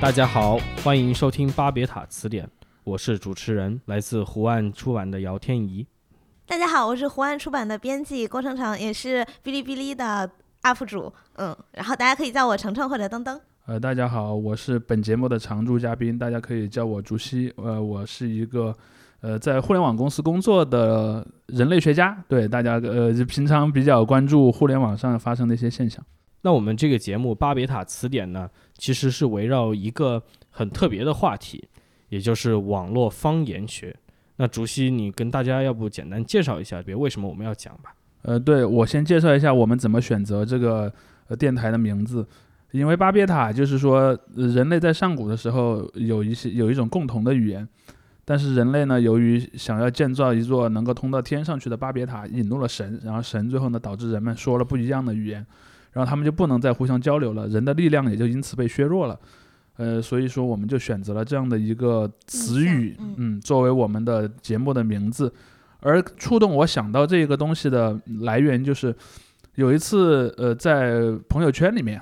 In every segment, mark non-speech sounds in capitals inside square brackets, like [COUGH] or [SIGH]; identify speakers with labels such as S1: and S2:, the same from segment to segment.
S1: 大家好，欢迎收听《巴别塔词典》，我是主持人，来自湖岸出版的姚天怡。
S2: 大家好，我是湖岸出版的编辑郭程程，也是哔哩哔哩的 UP 主，嗯，然后大家可以叫我程程或者登登。
S3: 呃，大家好，我是本节目的常驻嘉宾，大家可以叫我竹溪。呃，我是一个呃在互联网公司工作的人类学家，对大家呃平常比较关注互联网上发生的一些现象。
S1: 那我们这个节目《巴别塔词典》呢，其实是围绕一个很特别的话题，也就是网络方言学。那竹溪，你跟大家要不简单介绍一下，别为什么我们要讲吧？
S3: 呃，对我先介绍一下我们怎么选择这个呃电台的名字，因为巴别塔就是说呃人类在上古的时候有一些有一种共同的语言，但是人类呢，由于想要建造一座能够通到天上去的巴别塔，引入了神，然后神最后呢导致人们说了不一样的语言，然后他们就不能再互相交流了，人的力量也就因此被削弱了。呃，所以说我们就选择了这样的一个词语
S2: 嗯，
S3: 嗯，作为我们的节目的名字。而触动我想到这个东西的来源，就是有一次，呃，在朋友圈里面，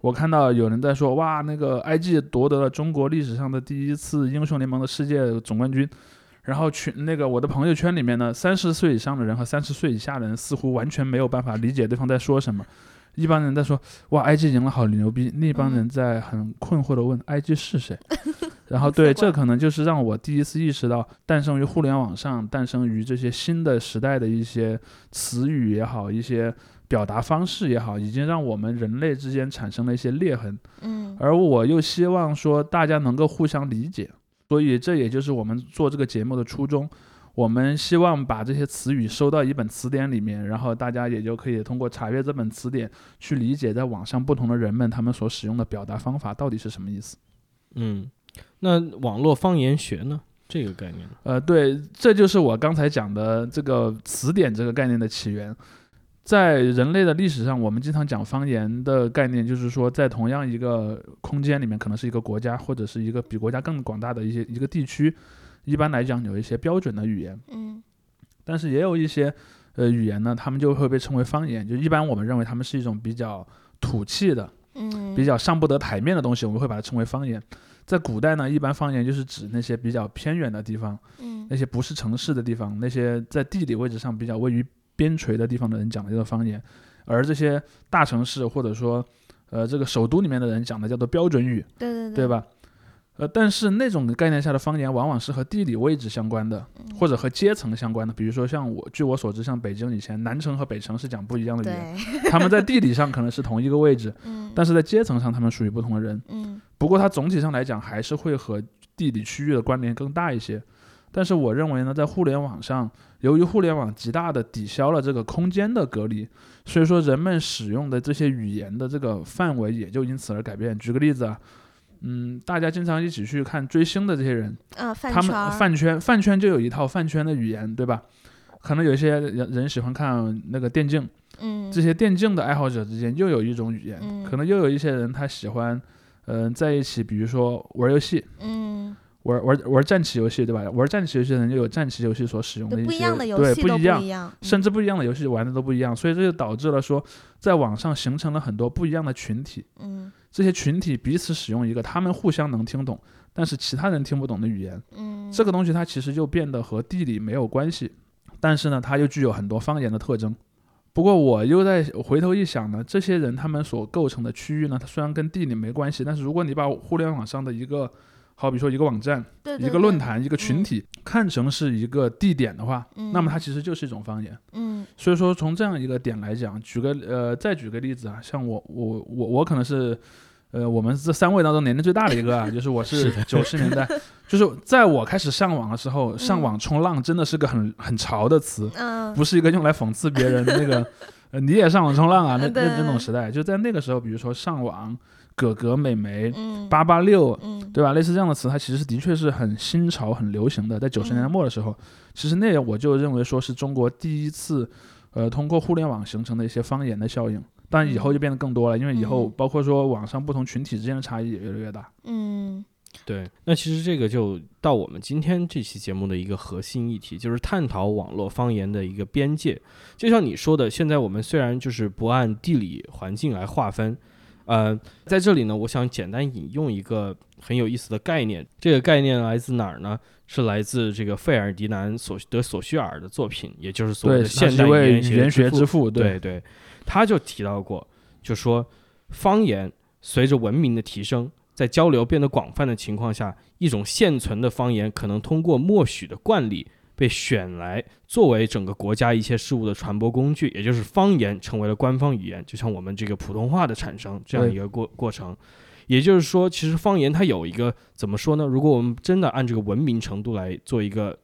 S3: 我看到有人在说，哇，那个 IG 夺得了中国历史上的第一次英雄联盟的世界总冠军。然后群那个我的朋友圈里面呢，三十岁以上的人和三十岁以下的人似乎完全没有办法理解对方在说什么。一帮人在说哇，IG 赢了好牛逼，另一帮人在很困惑的问、IG 是谁。然后对，
S2: 奇怪
S3: 这可能就是让我第一次意识到，诞生于互联网上，诞生于这些新的时代的一些词语也好，一些表达方式也好，已经让我们人类之间产生了一些裂痕。
S2: 嗯，
S3: 而我又希望说大家能够互相理解，所以这也就是我们做这个节目的初衷。我们希望把这些词语收到一本词典里面，然后大家也就可以通过查阅这本词典去理解在网上不同的人们他们所使用的表达方法到底是什么意思。
S1: 嗯，那网络方言学呢？这个概念呢？
S3: 呃，对，这就是我刚才讲的这个词典这个概念的起源。在人类的历史上，我们经常讲方言的概念，就是说，在同样一个空间里面，可能是一个国家或者是一个比国家更广大的一些一个地区，一般来讲有一些标准的语言，
S2: 嗯
S3: 但是也有一些呃语言呢，他们就会被称为方言，就一般我们认为他们是一种比较土气的、
S2: 嗯，
S3: 比较上不得台面的东西，我们会把它称为方言。在古代呢，一般方言就是指那些比较偏远的地方，
S2: 嗯
S3: 那些不是城市的地方，那些在地理位置上比较位于边陲的地方的人讲的叫做方言，而这些大城市或者说呃这个首都里面的人讲的叫做标准语，
S2: 对对对
S3: 对？吧？呃，但是那种概念下的方言往往是和地理位置相关的，
S2: 嗯
S3: 或者和阶层相关的。比如说像我，据我所知，像北京以前南城和北城是讲不一样的语言，
S2: 嗯对，
S3: 他们在地理上可能是同一个位置，
S2: 嗯，
S3: 但是在阶层上他们属于不同的人。
S2: 嗯
S3: 不过它总体上来讲还是会和地理区域的关联更大一些。但是我认为呢，在互联网上，由于互联网极大的抵消了这个空间的隔离，所以说人们使用的这些语言的这个范围也就因此而改变。举个例子啊，嗯，大家经常一起去看追星的这些人，
S2: 呃，饭
S3: 他
S2: 圈
S3: 们
S2: 儿
S3: 饭圈饭圈就有一套饭圈的语言，对吧？可能有一些人人喜欢看那个电竞，
S2: 嗯
S3: 这些电竞的爱好者之间又有一种语言，
S2: 嗯
S3: 可能又有一些人他喜欢，嗯、在一起，比如说玩游戏，
S2: 嗯
S3: 玩玩玩战棋游戏，对吧？玩战棋游戏的人就有战棋游戏所使用的
S2: 对
S3: 一
S2: 不
S3: 些
S2: 一样的游
S3: 对
S2: 戏
S3: 不
S2: 都
S3: 一样，
S2: 一样，嗯
S3: 甚至不一样的游戏玩的都不一样，所以这就导致了说，在网上形成了很多不一样的群体，
S2: 嗯
S3: 这些群体彼此使用一个他们互相能听懂，但是其他人听不懂的语言。
S2: 嗯
S3: 这个东西它其实就变得和地理没有关系，但是呢，它又具有很多方言的特征。不过我又在回头一想呢，这些人他们所构成的区域呢，它虽然跟地理没关系，但是如果你把互联网上的一个，好比说一个网站、
S2: 对
S3: 一
S2: 对
S3: 个论
S2: 对
S3: 坛、一个群体看成是一个地点的话，
S2: 嗯
S3: 那么它其实就是一种方言。
S2: 嗯
S3: 所以说从这样一个点来讲，举个呃，再举个例子啊，像我我我我可能是。呃，我们这三位当中年龄最大的一 [LAUGHS] 个啊，就是我是九十年代，就是在我开始上网的时候，上网冲浪真的是个很很潮的词，
S2: 嗯
S3: 不是一个用来讽刺别人那个，呃，你也上网冲浪啊，那
S2: 对
S3: 那那种时代，就在那个时候，比如说上网、哥哥、美眉、
S2: 嗯
S3: 八八六，
S2: 嗯
S3: 对吧？类似这样的词，它其实的确是很新潮、很流行的，在九十年代末的时候，其实那我就认为说是中国第一次，呃，通过互联网形成的一些方言的效应。当然以后就变得更多了，因为以后
S2: 嗯
S3: 包括说网上不同群体之间的差异也越来越大。
S2: 嗯
S1: 对，那其实这个就到我们今天这期节目的一个核心议题，就是探讨网络方言的一个边界。就像你说的，现在我们虽然就是不按地理环境来划分，呃，在这里呢，我想简单引用一个很有意思的概念，这个概念来自哪儿呢？是来自这个费尔迪南索德索绪尔的作品，也就是所谓
S3: 对，
S1: 的
S3: 他
S1: 现
S3: 是
S1: 代
S3: 一位
S1: 语
S3: 语言学
S1: 之
S3: 之父，
S1: 对对，他就提到过，就说方言随着文明的提升，在交流变得广泛的情况下，一种现存的方言可能通过默许的惯例被选来作为整个国家一切事物的传播工具，也就是方言成为了官方语言，就像我们这个普通话的产生这样
S3: 对
S1: 一个过过程。也就是说，其实方言它有一个怎么说呢？如果我们真的按这个文明程度来做一个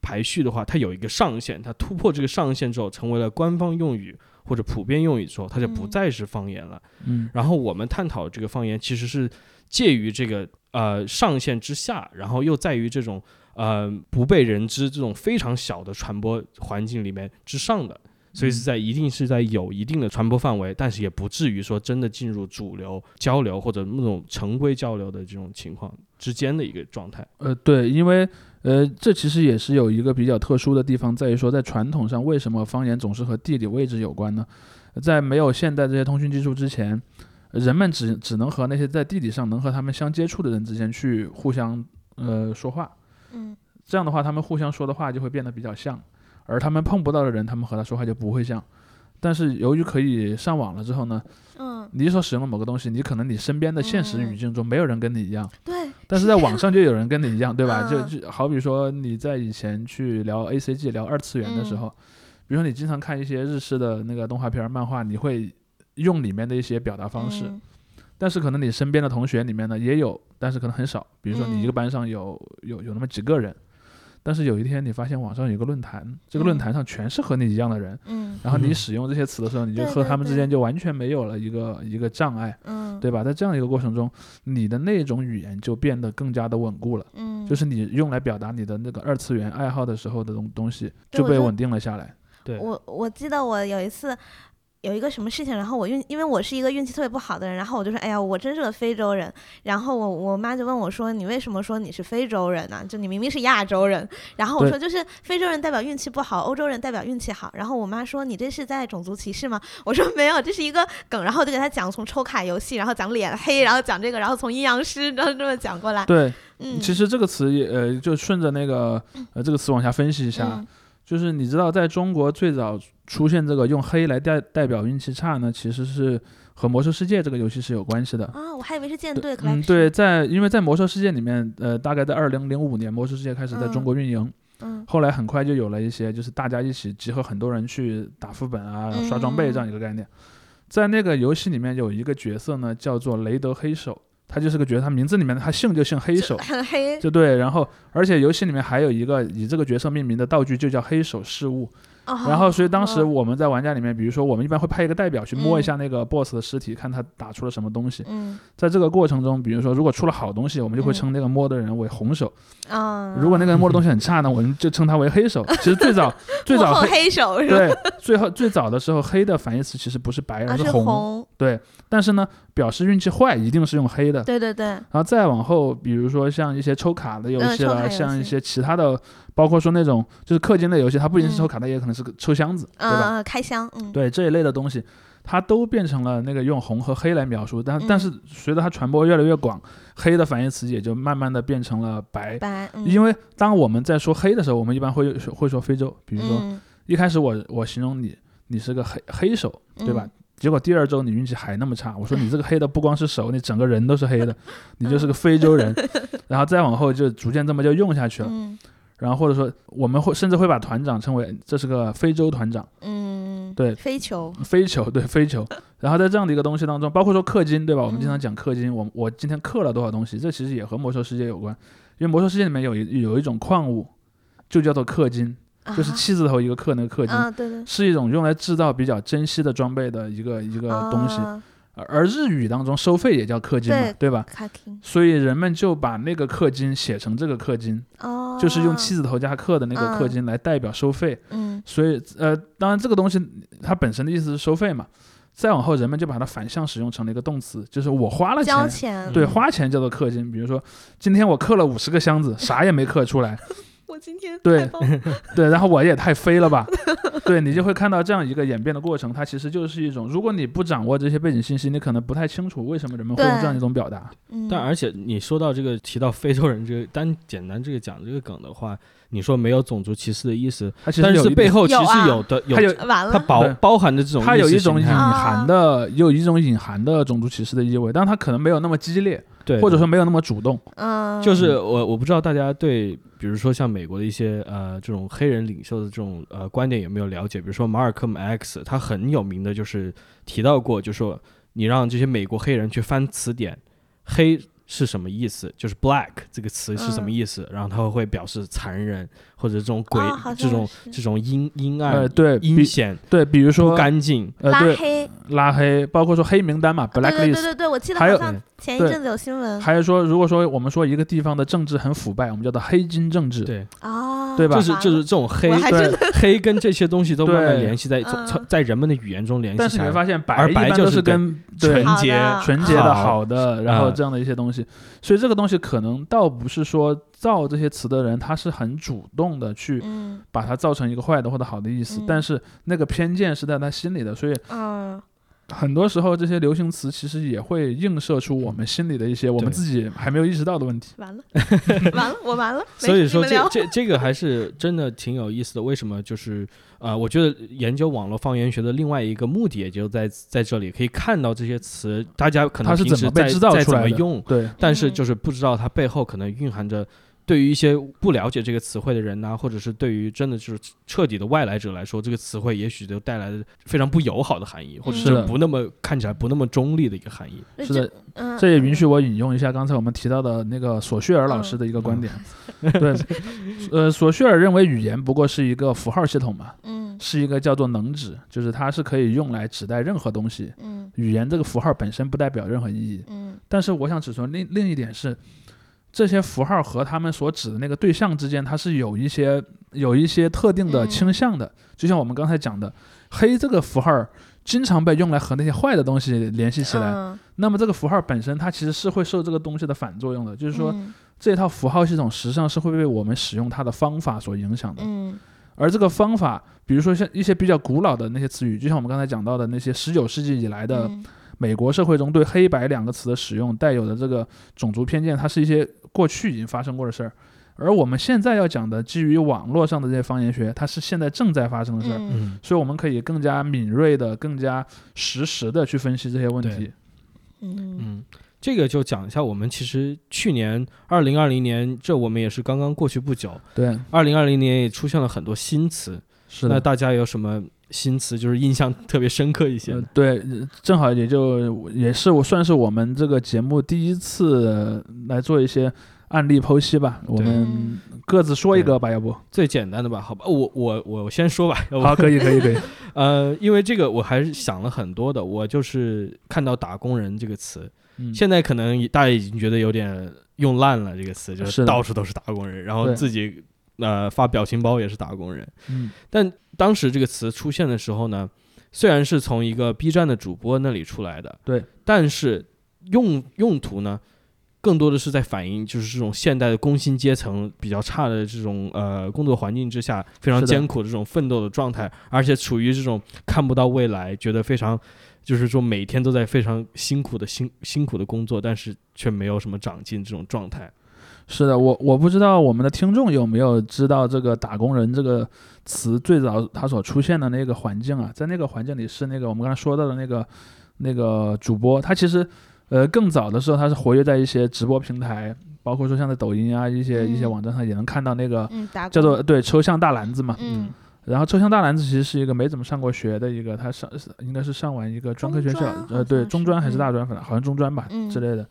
S1: 排序的话，它有一个上限，它突破这个上限之后，成为了官方用语或者普遍用语之后，它就不
S2: 嗯
S1: 再是方言了。
S3: 嗯，
S1: 然后我们探讨这个方言，其实是介于这个呃上限之下，然后又在于这种呃不被人知这种非常小的传播环境里面之上的，所以是在一定是在有一定的传播范围，但是也不至于说真的进入主流交流或者那种常规交流的这种情况之间的一个状态。
S3: 呃，对，因为呃，这其实也是有一个比较特殊的地方，在于说，在传统上，为什么方言总是和地理位置有关呢？在没有现代这些通讯技术之前，呃人们只只能和那些在地理上能和他们相接触的人之间去互相呃说话，
S2: 嗯
S3: 这样的话，他们互相说的话就会变得比较像，而他们碰不到的人，他们和他说话就不会像。但是由于可以上网了之后呢，
S2: 嗯，
S3: 你所使用的某个东西，你可能你身边的现实
S2: 嗯嗯
S3: 语境中没有人跟你一样，
S2: 对。
S3: 但是在网上就有人跟你
S2: [LAUGHS]
S3: 一样，对吧？就
S2: 嗯
S3: 就好比说你在以前去聊 A C G 聊二次元的
S2: 嗯
S3: 时候，比如说你经常看一些日式的那个动画片儿、漫画，你会用里面的一些表达方式，
S2: 嗯
S3: 但是可能你身边的同学里面呢也有，但是可能很少。比如说你一个
S2: 嗯
S3: 班上有、有有那么几个人，但是有一天你发现网上有一个论坛，这个论
S2: 嗯
S3: 坛上全是和你一样的人，
S2: 嗯
S3: 然后你
S1: 嗯
S3: 使用这些词的时候，你就
S2: 对
S3: 和
S2: 对
S3: 他们之
S2: 对
S3: 间就完全没有了一个一个障碍。
S2: 嗯，
S3: 对吧？在这样一个过程中，你的那种语言就变得更加的稳固了。
S2: 嗯，
S3: 就是你用来表达你的那个二次元爱好的时候的东东西
S2: 对
S3: 就
S2: 我
S3: 被
S2: 觉得啊
S3: 稳定了下来。
S1: 对，
S2: 我我记得我有一次有一个什么事情，然后我运，因为我是一个运气特别不好的人，然后我就说，哎呀，我真是个非洲人。然后我我妈就问我说，你为什么说你是非洲人呢、就你明明是亚洲人。然后我
S3: 对
S2: 说，就是非洲人代表运气不好，欧洲人代表运气好。然后我妈说，你这是在种族歧视吗？我说没有，这是一个梗。然后我就给她讲从抽卡游戏，然后讲脸黑，然后讲这个，然后从阴阳师，然后这么讲过来。
S3: 对，
S2: 嗯，
S3: 其实这个词也呃，就顺着那个呃这个词往下分析一下，
S2: 嗯
S3: 就是你知道，在中国最早出现这个用黑来代代表运气差呢，其实是和《魔兽世界》这个游戏是有关系的。
S2: 啊，我还以为是舰队，可
S3: 嗯，对，，在因为在《魔兽世界》里面，呃，大概在二零零五年，《魔兽世界》开始在
S2: 嗯
S3: 中国运营，
S2: 嗯
S3: 后来很快就有了一些，就是大家一起集合很多人去打副本啊、
S2: 嗯
S3: 刷装备这样一个概念。在那个游戏里面有一个角色呢，叫做雷德黑手，他就是个角色，他名字里面他姓就姓黑手，
S2: [LAUGHS] 很黑，
S3: 就对。然后，而且游戏里面还有一个以这个角色命名的道具，就叫黑手事务。然
S2: 然
S3: 后，所以当时
S2: 哦
S3: 我们在玩家里面，比如说我们一般会派一个代表去摸一下那个 BOSS 的尸体，看他打出了什么东西。
S2: 嗯
S3: 在这个过程中，比如说如果出了好东西，我们就会
S2: 嗯
S3: 称那个摸的人为红手。
S2: 啊，
S3: 如果那个人摸的东西很差呢，我们就称他为黑手。其实
S2: [LAUGHS]
S3: 最早最
S2: 幕
S3: 早
S2: 后
S3: 黑
S2: 黑手是吧？
S3: 对最后最早的时候，黑的反义词其实不是白，
S2: 啊
S3: 而
S2: 是
S3: 红。
S2: 红，
S3: 对，但是呢，表示运气坏一定是用黑的。
S2: 对对对，
S3: 然后再往后，比如说像一些抽卡的游
S2: 嗯
S3: 戏
S2: 抽
S3: 啦，
S2: 卡游戏
S3: 像一些其他的，包括说那种就是氪金类游戏，它不一定是
S2: 嗯
S3: 抽卡，它也可能是个抽箱子，对吧？
S2: 嗯，开箱，嗯，
S3: 对这一类的东西，它都变成了那个用红和黑来描述。但、但
S2: 嗯
S3: 是随着它传播越来越广，黑的反义词也就慢慢的变成了白。
S2: 白，嗯
S3: 因为当我们在说黑的时候，我们一般会会说非洲，比如说、
S2: 嗯
S3: 一开始我我形容你，你是个黑黑手，对吧？
S2: 嗯
S3: 结果第二周你运气还那么差，我说你这个黑的不光是手，你整个人都是黑
S2: [LAUGHS]
S3: 的，你就是个非洲人。然后再往后就逐渐这么就用下去了。
S2: 嗯
S3: 然后或者说我们会甚至会把团长称为这是个非洲团长，
S2: 嗯，
S3: 对
S2: 飞球，
S3: 非球对
S2: [LAUGHS]
S3: 非球。然后在这样的一个东西当中，包括说氪金对吧？我们经常
S2: 嗯
S3: 讲氪金，我我今天氪了多少东西，这其实也和魔兽世界有关，因为魔兽世界里面有一有一种矿物，就叫做氪金。就是
S2: 啊
S3: 七字头一个氪那个氪金，
S2: 啊，对对，
S3: 是一种用来制造比较珍稀的装备的一个一个东西。
S2: 啊
S3: 而而日语当中收费也叫氪金嘛，
S2: 对
S3: 对吧？
S2: 卡金，
S3: 所以人们就把那个氪金写成这个氪金，
S2: 哦，
S3: 就是用七字头加氪的那个氪金来代表收费。
S2: 嗯
S3: 所以呃，当然这个东西它本身的意思是收费嘛。再往后，人们就把它反向使用成了一个动词，就是我花了
S2: 交
S3: 钱，
S2: 钱，
S3: 对，
S1: 嗯
S3: 花钱叫做氪金。比如说，今天我氪了五十个箱子，啥也没氪出来， [LAUGHS]
S2: 我今天
S3: 对 [LAUGHS]
S2: 太棒了
S3: 对，然后我也太飞了吧，对你就会看到这样一个演变的过程，它其实就是一种，如果你不掌握这些背景信息，你可能不太清楚为什么人们会用
S2: 对
S3: 这样一种表达。
S2: 嗯，
S1: 但而且你说到这个提到非洲人这个单简单这个讲这个梗的话，你说没有种族歧视的意思，
S3: 它其实
S1: 但
S3: 有
S1: 是
S3: 一
S1: 背后其
S2: 有
S1: 实
S2: 啊
S1: 有的
S3: 它有
S2: 完
S1: 它
S2: 了，
S1: 包
S3: 对
S1: 包含着这种
S3: 它
S1: 意
S3: 有
S1: 识
S3: 一种
S1: 形
S3: 隐
S1: 态
S3: 含的，有一种隐含的种族歧视的意味，但它可能没有那么激烈，
S1: 对，
S3: 或者说没有那么主动。
S2: 嗯，
S1: 就是我我不知道大家对，比如说像美国的一些呃这种黑人领袖的这种呃观点有没有了解？比如说马尔科姆 X，他很有名的就是提到过，就说你让这些美国黑人去翻词典，黑是什么意思？就是 black 这个词是什
S2: 嗯
S1: 么意思？然后他会表示残忍或者这种鬼、
S2: 啊好像
S1: 这种
S2: 是
S1: 这种阴阴暗、
S3: 呃，对，比
S1: 阴险、
S3: 对，比如
S1: 不
S3: 说
S1: 干净。
S3: 呃，
S2: 拉
S3: 对
S2: 黑，啊
S3: 拉黑，包括说黑名单嘛
S2: 对对对
S3: ，blacklist，
S2: 对对，我记得
S3: 还有
S2: 好像前一
S3: 对
S2: 阵子有新闻
S3: 还有说，如果说我们说一个地方的政治很腐败，我们叫它黑金政治。
S1: 对，
S2: 啊，
S3: 对吧
S1: 就是
S2: 完
S1: 就是
S2: 了
S1: 这种黑
S2: 我还真的
S1: 黑跟这些东西都慢慢
S3: 对
S1: 联系在
S2: 嗯
S1: 在人们的语言中联系起来。
S3: 但是你会发现，白
S1: 而
S3: 一
S1: 白
S3: 般
S1: 就
S3: 都
S1: 是对
S3: 跟对
S1: 纯
S2: 好
S1: 洁
S2: 的
S3: 纯洁的、
S1: 好
S3: 好的，然后
S1: 嗯
S3: 这样的一些东西。所以这个东西可能倒不是说造这些词的人他是很主动的去
S2: 嗯
S3: 把它造成一个坏的或者好的意思，
S2: 嗯
S3: 但是那个偏见是在他心里的，所以
S2: 嗯，
S3: 很多时候这些流行词其实也会映射出我们心里的一些我们
S1: 对
S3: 自己还没有意识到的问题。
S2: 完了 [LAUGHS] 完了，我完了，没
S1: 所以
S2: 事
S1: 说
S2: 你们
S1: 这
S2: 聊
S1: 这这个还是真的挺有意思的。为什么就是呃，我觉得研究网络方言学的另外一个目的，也就在在这里可以看到这些词，大家可能
S3: 它是
S1: 平
S3: 怎
S1: 时
S3: 么被
S1: 在
S3: 制造
S1: 在
S3: 出
S1: 怎
S3: 来
S1: 么
S3: 的
S1: 用，
S3: 对，
S1: 但是
S2: 嗯
S1: 就是不知道它背后可能蕴含着。对于一些不了解这个词汇的人呐、啊或者是对于真的就是彻底的外来者来说，这个词汇也许就带来了非常不友好的含义，或者
S2: 嗯
S3: 是
S1: 是
S3: 的
S1: 不那么看起来不那么中立的一个含义。
S3: 是的，
S2: 嗯，
S3: 这也允许我引用一下刚才我们提到的那个索绪尔老师的一个观点。
S2: 嗯
S3: [LAUGHS] 对，呃，索绪尔认为语言不过是一个符号系统嘛，
S2: 嗯
S3: 是一个叫做能指，就是它是可以用来指代任何东西。
S2: 嗯
S3: 语言这个符号本身不代表任何意义。
S2: 嗯
S3: 但是我想指出另另一点是，这些符号和他们所指的那个对象之间，它是有一些有一些特定的
S2: 嗯
S3: 倾向的。就像我们刚才讲的，黑这个符号经常被用来和那些坏的东西联系起来。
S2: 嗯
S3: 那么这个符号本身，它其实是会受这个东西的反作用的，就是说、
S2: 嗯
S3: 这套符号系统实际上是会被我们使用它的方法所影响的。
S2: 嗯
S3: 而这个方法，比如说像一些比较古老的那些词语，就像我们刚才讲到的那些十九世纪以来的
S2: 嗯
S3: 美国社会中对“黑白”两个词的使用带有的这个种族偏见，它是一些过去已经发生过的事儿。而我们现在要讲的，基于网络上的这些方言学，它是现在正在发生的事儿，
S2: 嗯
S1: 嗯，
S3: 所以我们可以更加敏锐的、更加实时的去分析这些问题。
S2: 嗯
S1: 嗯，这个就讲一下，我们其实去年二零二零年，这我们也是刚刚过去不久，
S3: 对，
S1: 二零二零年也出现了很多新词。
S3: 是
S1: 那
S3: 的。
S1: 大家有什么新词就是印象特别深刻一些
S3: 呃
S1: 的？，
S3: 对，正好也就也是我算是我们这个节目第一次呃来做一些案例剖析吧。我们各自说一个吧，要不？
S1: 最简单的吧，好吧，哦我我我先说吧。要不
S3: 好，可以，可以，
S1: [LAUGHS]
S3: 可以。
S1: 呃，因为这个我还是想了很多的，我就是看到“打工人”这个词，
S3: 嗯，
S1: 现在可能大家已经觉得有点用烂了，这个词就是是
S3: 啊的
S1: 到处都是打工人，然后
S3: 对
S1: 自己呃发表情包也是打工人。
S3: 嗯
S1: 但当时这个词出现的时候呢，虽然是从一个 B 站的主播那里出来的，
S3: 对，
S1: 但是用用途呢，更多的是在反映就是这种现代的工薪阶层比较差的这种呃工作环境之下非常
S3: 是的
S1: 艰苦的这种奋斗的状态，而且处于这种看不到未来，觉得非常。就是说，每天都在非常辛苦的辛辛苦的工作，但是却没有什么长进这种状态。
S3: 是的，我我不知道我们的听众有没有知道这个“打工人”这个词最早它所出现的那个环境啊，在那个环境里是那个我们刚才说到的那个那个主播，他其实呃更早的时候他是活跃在一些直播平台，包括说像在抖音啊一些、一些
S2: 嗯
S3: 网站上也能看到那个
S2: 嗯，打
S3: 叫
S2: 工
S3: 做对抽象大篮子嘛。
S2: 嗯
S3: 然后抽象大篮子其实是一个没怎么上过学的一个，他上是应该是上完一个专科学校
S2: 中专，好
S3: 呃，
S2: 像
S3: 对，
S2: 是
S3: 中专还是
S2: 嗯
S3: 大专，反正好像中专吧、
S2: 嗯
S3: 之类的。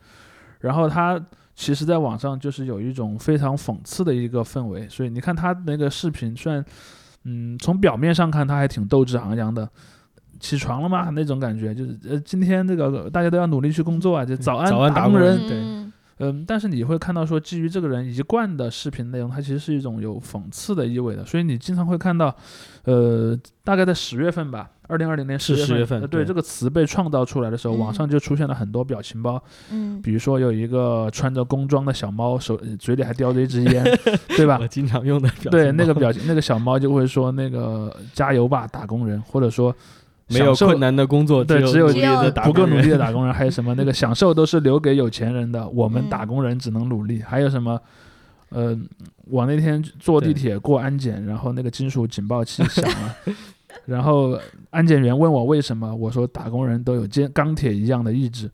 S3: 然后他其实在网上就是有一种非常讽刺的一个氛围，所以你看他那个视频，虽然嗯从表面上看他还挺斗志昂扬的。起床了吗？那种感觉就是，呃，今天这个大家都要努力去工作啊，就早安
S1: 早安打
S3: 工
S1: 工
S3: 人
S1: 人，对
S2: 嗯
S3: 嗯，但是你会看到说，基于这个人一贯的视频内容，它其实是一种有讽刺的意味的，所以你经常会看到，呃，大概在十月份吧，二零二零年
S1: 是
S3: 10
S1: 10月
S3: 月
S1: 份
S3: 呃
S1: 对
S3: 对这个词被创造出来的时候，网
S2: 嗯
S3: 上就出现了很多表情包，
S2: 嗯，
S3: 比如说有一个穿着工装的小猫，手呃嘴里还叼着一支
S1: [LAUGHS]
S3: 烟，对吧
S1: 我？经常用的表情
S3: 对，那个
S1: 包 [LAUGHS]
S3: 表情，那个小猫就会说那个呃加油吧，打工人，或者说
S1: 没有
S3: 享受
S1: 困难的工作，
S3: 对
S1: 有
S3: 只有
S1: 努力的打
S3: 不够
S1: 工
S3: 努
S1: 人
S3: 力的打工人，还有什么
S1: [LAUGHS]
S3: 那个享受都是留给有钱人的，我们
S2: 嗯
S3: 打工人只能努力。还有什么？呃，我那天坐
S1: 对
S3: 地铁过安检，然后那个金属警报器响
S1: [LAUGHS]
S3: 了，然后安检员问我为什么，我说打工人都有坚钢铁一样的意志。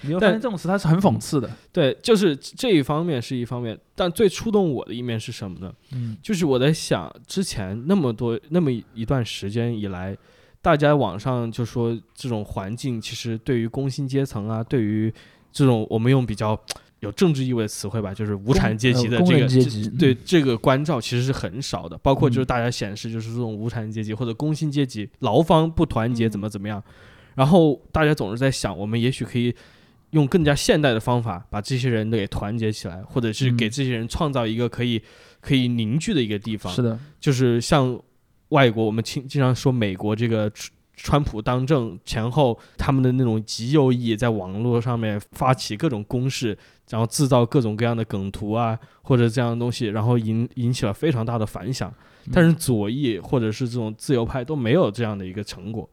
S3: 你会发
S1: 但
S3: 现这种词它是很讽刺的，
S1: 对，就是这一方面是一方面，但最触动我的一面是什么呢？
S3: 嗯
S1: 就是我在想，之前那么多那么一段时间以来，大家网上就说这种环境其实对于工薪阶层啊，对于这种我们用比较有政治意味的词汇吧，就是无产阶级的
S3: 工
S1: 这
S3: 呃
S1: 个、
S3: 工人阶级
S1: 这对这个关照其实是很少的，包括就是
S3: 嗯
S1: 大家显示就是这种无产阶级或者工薪阶级劳方不团结
S2: 嗯
S1: 怎么怎么样，然后大家总是在想，我们也许可以。用更加现代的方法把这些人给团结起来，或者是
S3: 嗯
S1: 给这些人创造一个可以、可以凝聚的一个地方。
S3: 嗯是的，
S1: 就是像外国，我们经经常说美国这个川川普当政前后，他们的那种极右翼在网络上面发起各种攻势，然后制造各种各样的梗图啊，或者这样的东西，然后引引起了非常大的反响。但是左翼或者是这种自由派都没有这样的一个成果。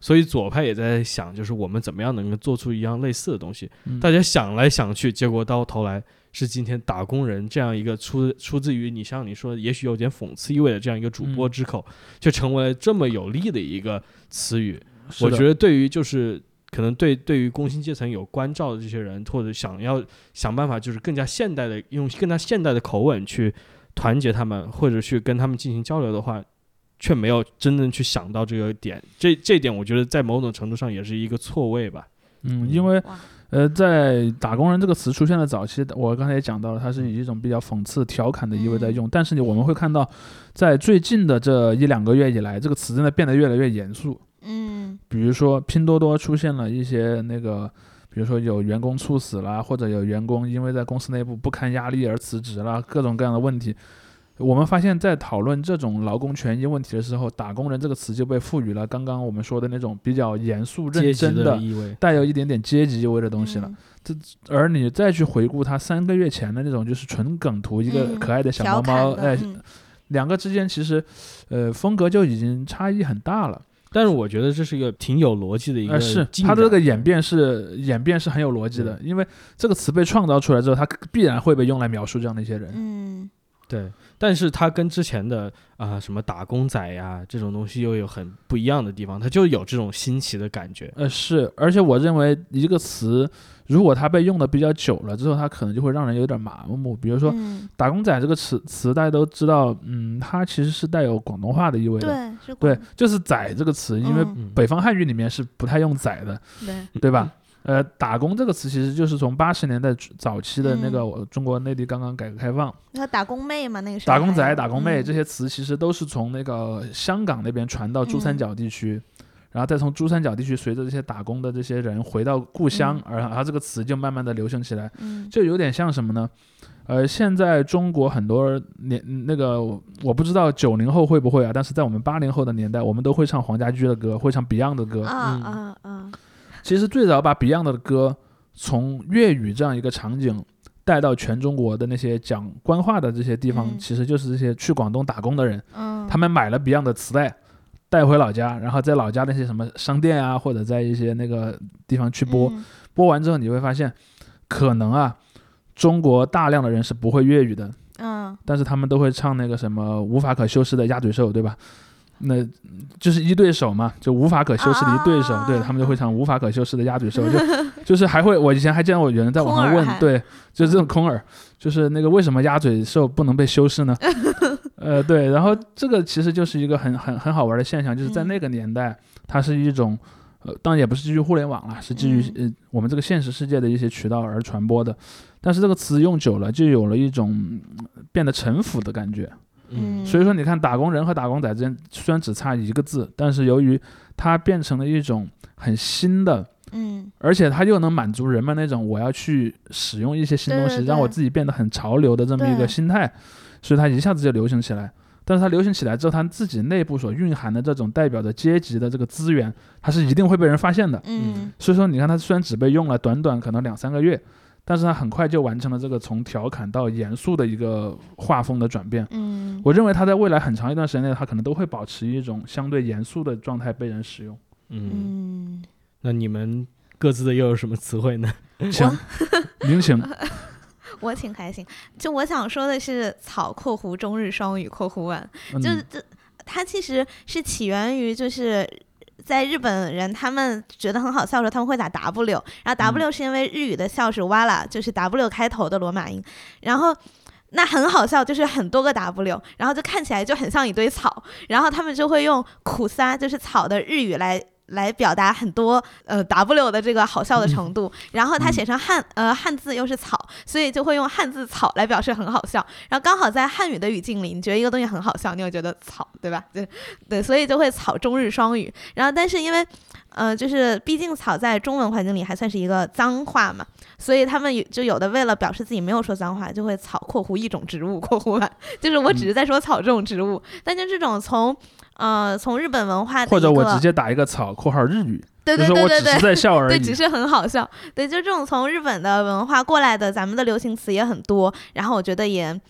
S1: 所以左派也在想，就是我们怎么样能够做出一样类似的东西。
S3: 嗯
S1: 大家想来想去，结果到头来是今天打工人这样一个出出自于你像你说，也许有点讽刺意味的这样一个主播
S3: 嗯
S1: 之口，却成为了这么有力的一个词语。
S3: 是
S1: 我
S3: 的
S1: 觉得对于就是可能对对于工薪阶层有关照的这些人，或者想要想办法就是更加现代的用更加现代的口吻去团结他们，或者去跟他们进行交流的话，却没有真正去想到这个点。这这一点我觉得在某种程度上也是一个错位吧。
S3: 嗯，因为
S2: 哇
S3: 呃，在“打工人”这个词出现的早期，我刚才也讲到了，它
S1: 嗯
S3: 是以一种比较讽刺、调侃的意味在用。但是我们会看到，在最近的这一两个月以来，这个词真的变得越来越严肃。
S2: 嗯
S3: 比如说，拼多多出现了一些那个，比如说有员工猝死啦，或者有员工因为在公司内部不堪压力而辞职啦，各种各样的问题。我们发现，在讨论这种劳工权益问题的时候，“打工人”这个词就被赋予了刚刚我们说的那种比较严肃、认
S1: 阶级
S3: 真的、
S1: 意味，
S3: 带有一点点阶级意味的东西了。，
S2: 嗯
S3: 而你再去回顾它三个月前的那种，就是纯梗图，一个
S2: 嗯
S3: 可爱的小
S2: 调
S3: 猫猫，
S2: 侃的
S3: 哎，
S2: 嗯
S3: 两个之间其实，呃，风格就已经差异很大了。
S1: 但是我觉得这是一个挺有逻辑的一个
S3: 呃，是
S1: 进
S3: 它的这
S1: 展
S3: 个演变是演变是很有逻辑的，因为这个词被创造出来之后，它必然会被用来描述这样的一些人。
S2: 嗯
S1: 对，但是它跟之前的啊、什么打工仔呀、这种东西又有很不一样的地方，它就有这种新奇的感觉。
S3: 呃，是，而且我认为一个词如果它被用的比较久了之后，它可能就会让人有点麻木。比如说
S2: 嗯
S3: “打工仔”这个词词，大家都知道，嗯，它其实是带有广东话的意味的。
S2: 对嗯是
S3: 对
S2: 广，
S3: 就是“仔”这个词，因为
S1: 嗯，
S3: 北方汉语里面是不太用“仔”的，
S2: 嗯对
S3: 对吧？呃，打工这个词其实就是从八十年代早期的那个我中国内地刚刚改革开放，
S2: 那打工妹嘛那个时候
S3: 打工
S2: 还
S3: 仔、
S2: 有
S3: 打工妹
S2: 嗯
S3: 这些词其实都是从那个香港那边传到珠三角地区，然后再从珠三角地区随着这些打工的这些人回到故乡，而然后这个词就慢慢的流行起来，
S2: 嗯
S3: 就有点像什么呢？呃，现在中国很多年那个我我不知道九零后会不会啊，但是在我们八零后的年代，我们都会唱黄家驹的歌，会唱 Beyond 的歌。
S2: 啊
S1: 嗯
S2: 啊啊
S3: 其实最早把 Beyond 的歌从粤语这样一个场景带到全中国的那些讲官话的这些地方，
S2: 嗯
S3: 其实就是这些去广东打工的人，
S2: 嗯
S3: 他们买了 Beyond 的磁带。带回老家，然后在老家那些什么商店啊，或者在一些那个地方去播。
S2: 嗯
S3: 播完之后，你会发现，可能啊，中国大量的人是不会粤语的，
S2: 嗯
S3: 但是他们都会唱那个什么无法可修饰的鸭嘴兽，对吧？那就是一对手嘛，就无法可修饰的一对手，
S2: 啊
S3: 对他们就会唱无法可修饰的鸭嘴兽，就就是还会，我以前还见过有人在网上
S2: 空耳
S3: 问
S2: 还，嗯
S3: 对，就这种空耳，就是那个为什么鸭嘴兽不能被修饰
S2: [LAUGHS]
S3: 呢？呃，对，然后这个其实就是一个很很很好玩的现象，就是在
S2: 嗯
S3: 那个年代，它是一种。呃，当然也不是基于互联网啦，是基于、
S2: 嗯
S3: 呃我们这个现实世界的一些渠道而传播的。但是这个词用久了，就有了一种嗯变得城府的感觉。
S1: 嗯
S3: 所以说，你看打工人和打工仔之间虽然只差一个字，但是由于它变成了一种很新的，
S2: 嗯，
S3: 而且它又能满足人们那种我要去使用一些新
S2: 对
S3: 东
S2: 对
S3: 西，让我
S2: 对
S3: 自己变得很潮流的这么一
S2: 对
S3: 个心态，所以它一下子就流行起来。但是它流行起来之后，它自己内部所蕴含的这种代表着阶级的这个资源，它是一定会被人发现的。
S2: 嗯
S3: 所以说，你看它虽然只被用了短短可能两三个月，但是它很快就完成了这个从调侃到严肃的一个画风的转变。
S2: 嗯，
S3: 我认为它在未来很长一段时间内，它可能都会保持一种相对严肃的状态被人使用。
S1: 嗯，
S2: 嗯，
S1: 那你们各自的又有什么词汇呢？
S3: 请，您请。
S2: [LAUGHS] 我挺开心。就我想说的是，草（括弧中日双语（括弧完）
S3: 嗯、
S2: 就是这，它其实是起源于就是。在日本人他们觉得很好笑的时候，他们会打 W，然后 W 是因为日语的笑是哇啦，就是 W 开头的罗马音，然后那很好笑，就是很多个 W，然后就看起来就很像一堆草，然后他们就会用苦撒，就是草的日语来。来表达很多呃 W 的这个好笑的程度，然后它写成汉呃汉字又是草，所以就会用汉字草来表示很好笑。然后刚好在汉语的语境里，你觉得一个东西很好笑，你又觉得草，对吧？对对，所以就会草中日双语。然后但是因为呃，就是毕竟草在中文环境里还算是一个脏话嘛，所以他们有就有的为了表示自己没有说脏话，就会草（括弧一种植物）（括弧完），就是我
S3: 嗯
S2: 只是在说草这种植物，但就这种从呃从日本文化的
S3: 或者
S2: 一
S3: 我
S2: 个
S3: 直接打一个草（括号日语），
S2: 对对
S3: 就
S2: 对
S3: 是我
S2: 对
S3: 只
S2: 对
S3: 是。在笑而
S2: 对，
S3: 已。
S2: 只是很好笑。对，就这种从日本的文化过来的，咱们的流行词也很多。然后我觉得也，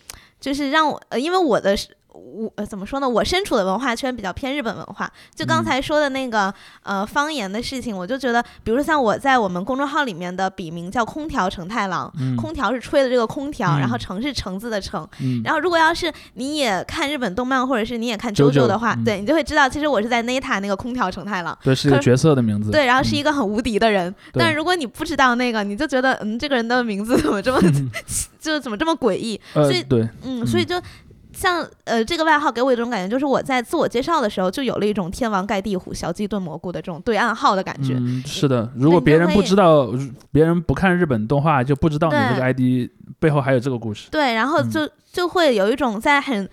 S2: 就是让我，呃，因为我的是我呃怎么说呢，我身处的文化圈比较偏日本文化。就刚
S3: 嗯
S2: 才说的那个、呃方言的事情，我就觉得，比如说像我在我们公众号里面的笔名叫空调成太郎，
S3: 嗯
S2: 空调是吹的这个空调，然后
S3: 嗯
S2: 橙是橙子的橙。
S3: 嗯
S2: 然后，如果要是你也看日本动漫，或者是你也看
S3: JoJo，
S2: JoJo 的话，
S3: 嗯
S2: 对你就会知道，其实我是在 Nata 那个空调成太郎。
S3: 对，是一个
S2: 可
S3: 角色的名字。
S2: 对，然后是
S3: 嗯
S2: 一个很无敌的人。但
S3: 对
S2: 如果你不知道那个，你就觉得嗯，这个人的名字怎么这么 [LAUGHS] 就怎么这么诡异？所以
S3: 呃，对，
S2: 嗯，所以
S3: 嗯
S2: 就。像呃，这个外号给我一种感觉，就是我在自我介绍的时候就有了一种天王盖地虎、小鸡炖蘑菇的这种对暗号的感觉。
S3: 嗯，是的。如
S2: 对
S3: 果
S2: 你
S3: 别
S2: 就
S3: 人
S2: 可
S3: 不
S2: 以
S3: 知道，如别人不看日本动画，就不知道你这
S2: 对
S3: 个 ID 背后还有这个故事。
S2: 对，然后
S3: 嗯
S2: 就就会有一种在很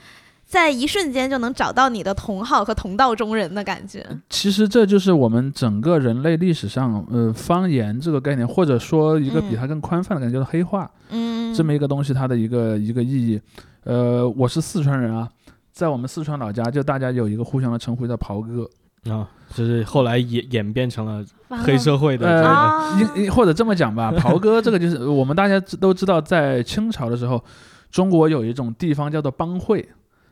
S2: 在一瞬间就能找到你的同好和同道中人的感觉。
S3: 其实这就是我们整个人类历史上，呃，方言这个概念，或者说一个
S2: 嗯
S3: 比它更宽泛的感觉，就是黑话、
S2: 嗯，
S3: 这么一个东西，它的一个一个意义。呃，我是四川人啊，在我们四川老家，就大家有一个互相的称呼叫袍哥，嗯
S1: 啊，就是后来演演变成了
S2: 完
S1: 黑
S2: 了
S1: 社会的这
S3: 呃
S1: 个，
S2: 啊，
S3: 因因或者这么讲吧，袍哥这个就是我们大家知都知道，在清朝的时候，中国有一种地方叫做帮会，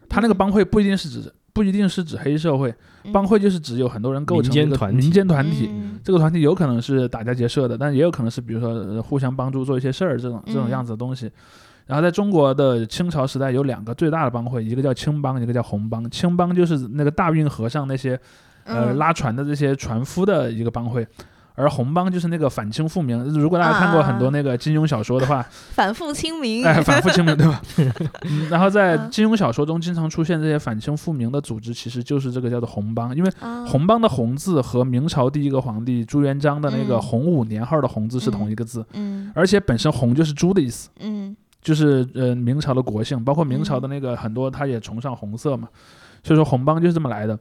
S3: 它
S2: 嗯
S3: 那个帮会不一定是指不一定是指黑社会，帮会就是指有很多人构成
S1: 民间
S3: 一个
S1: 团体
S3: 民间团体。
S2: 嗯
S3: 这个团体有可能是打家劫舍的，但也有可能是比如说、呃互相帮助做一些事儿这种这种
S2: 嗯
S3: 样子的东西。然后在中国的清朝时代，有两个最大的帮会，一个叫青帮，一个叫红帮。青帮就是那个大运河上那些呃
S2: 嗯
S3: 拉船的这些船夫的一个帮会。而红帮就是那个反清复明，如果大家看过
S2: 啊
S3: 很多那个金庸小说
S2: [LAUGHS]
S3: 的话，
S2: 反复清明，
S3: 哎，反复清明，
S2: [LAUGHS]
S3: 对吧？嗯然后在
S2: 嗯
S3: 金庸小说中经常出现这些反清复明的组织，其实就是这个叫做红帮，因为
S2: 啊
S3: 红帮的红字和明朝第一个皇帝朱元璋的那个
S2: 嗯
S3: 洪武年号的红字是同一个字，
S2: 嗯
S3: 而且本身红就是猪的意思，
S2: 嗯
S3: 就是呃明朝的国姓，包括明朝的那个很多，他也崇尚红色嘛，所以说红帮就是这么来的。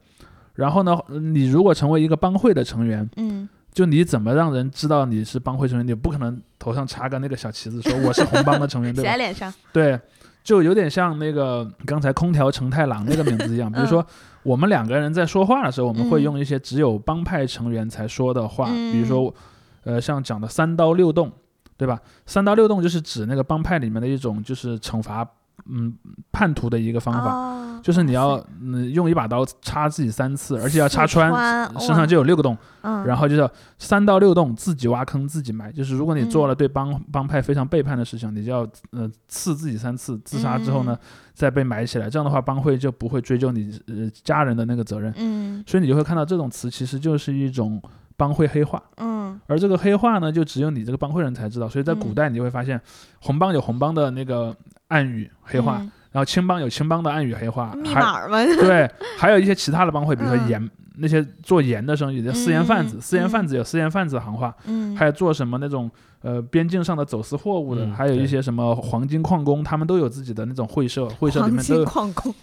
S3: 然后呢，呃你如果成为一个帮会的成员，
S2: 嗯
S3: 就你怎么让人知道你是帮会成员？你不可能头上插个那个小旗子说我是红帮的成员，
S2: 写
S3: 对吧
S2: 在？脸上，
S3: 对，就有点像那个刚才空调成太郎那个名字一
S2: [LAUGHS]
S3: 样。比如说，我们两个人在说话的时候，我们会
S2: 嗯
S3: 用一些只有帮派成员才说的话，比
S2: 嗯
S3: 如说，呃，像讲的三刀六洞，对吧？三刀六洞就是指那个帮派里面的一种就是惩罚，嗯，叛徒的一个方法。
S2: 哦
S3: 就是你
S2: 哇
S3: 要
S2: 塞
S3: 嗯用一把刀插自己三次，而且要插穿，
S2: 穿
S3: 身上就有六个洞。
S2: 嗯，
S3: 然后就是三到六洞自己挖坑自己埋，就是如果你做
S2: 嗯
S3: 了对帮、帮派非常背叛的事情，你就要呃刺自己三次，自杀之后呢、
S2: 嗯
S3: 再被埋起来，这样的话帮会就不会追究你呃家人的那个责任，
S2: 嗯
S3: 所以你就会看到这种词其实就是一种帮会黑化，
S2: 嗯
S3: 而这个黑化呢就只有你这个帮会人才知道，所以在古
S2: 嗯
S3: 代你会发现红帮有红帮的那个暗语黑化，
S2: 嗯
S3: 然后青帮有青帮的暗语黑化，
S2: 密
S3: 啊还
S2: 码儿嘛， [LAUGHS]
S3: 对，还有一些其他的帮会，比如说
S2: 嗯
S3: 盐、那些做盐的生意，叫私盐贩子，
S2: 嗯
S3: 私盐贩子有私盐贩子的行话，
S2: 嗯，
S3: 还有做什么那种呃边境上的走私货物的，
S1: 嗯
S3: 还有一
S1: 对
S3: 些什么黄金矿工，他们都有自己的那种会社，会社里
S2: 黄
S3: 面都
S2: 金
S3: 有，
S2: 矿
S3: [LAUGHS]
S2: 工，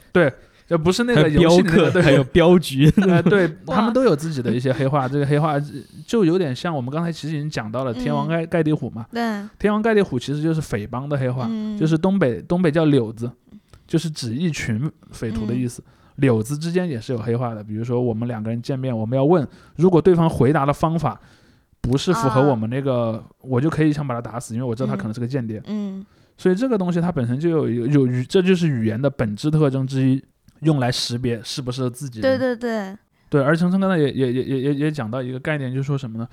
S3: 呃不是那
S1: 还
S3: 个
S1: 有
S3: 游
S1: 镖
S3: 戏里面
S1: 客，
S3: 的，
S1: 还
S3: 对
S1: 有镖局，
S3: [LAUGHS] 呃，对
S2: [LAUGHS] 哇
S3: 他们都有自己的一些黑话，这个黑话呃就有点像我们刚才其实已经讲到了
S2: 嗯
S3: 天王盖盖地虎嘛，
S2: 对，
S3: 天王盖地虎其实就是匪帮的黑话，
S2: 嗯
S3: 啊就是东北东北叫柳子，就是指一群匪徒
S2: 嗯
S3: 的意思。柳子之间也是有黑话的，比如说我们两个人见面，我们要问，如果对方回答的方法不是符
S2: 啊
S3: 合我们那个，我就可以想把他打死，因为我知道他可能是个间谍。
S2: 嗯
S3: 所以这个东西它本身就有一个有语，这就是语言的本质特征之一，用来识别是不是自己人。
S2: 对对对，
S3: 对，而程程刚才也也也也也也讲到一个概念，就是说什么呢？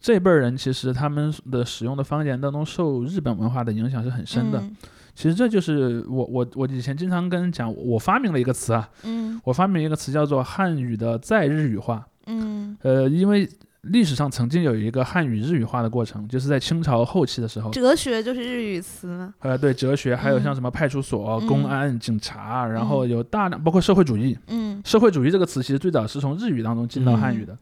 S3: 这辈儿人其实他们的使用的方言当中受日本文化的影响是很深的。
S2: 嗯
S3: 其实这就是我我我以前经常跟人讲，我发明了一个词啊，
S2: 嗯
S3: 我发明了一个词叫做汉语的再日语化。
S2: 嗯，
S3: 呃，因为历史上曾经有一个汉语日语化的过程，就是在清朝后期的时候，
S2: 哲学就是日语词嘛，
S3: 呃，对哲学，还有
S2: 嗯
S3: 像什么派出所、
S2: 嗯
S3: 公安、警察，然后有大量包括社会主义，
S2: 嗯
S3: 社会主义这个词其实最早是从日语当中进到汉语的，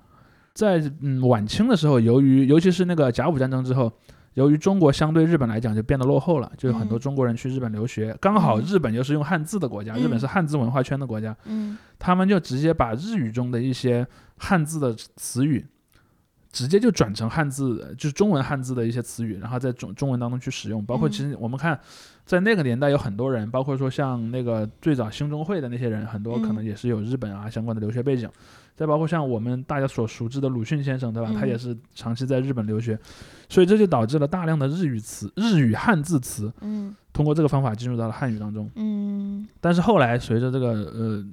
S3: 在嗯晚清的时候，由于尤其是那个甲午战争之后，由于中国相对日本来讲就变得落后了，就有很多
S2: 嗯
S3: 中国人去日本留学，刚好日本又是用汉字的国家，
S2: 嗯
S3: 日本是汉字文化圈的国家，
S2: 嗯
S3: 他们就直接把日语中的一些汉字的词语。直接就转成汉字，呃就是中文汉字的一些词语，然后在中中文当中去使用。包括
S2: 嗯
S3: 其实我们看，在那个年代有很多人，包括说像那个最早兴中会的那些人，很多可
S2: 嗯
S3: 能也是有日本啊相关的留学背景。再包括像我们大家所熟知的鲁迅先生，对吧？他
S2: 嗯
S3: 也是长期在日本留学，所以这就导致了大量的日语词、日语汉字词
S2: 嗯
S3: 通过这个方法进入到了汉语当中。
S2: 嗯
S3: 但是后来随着这个呃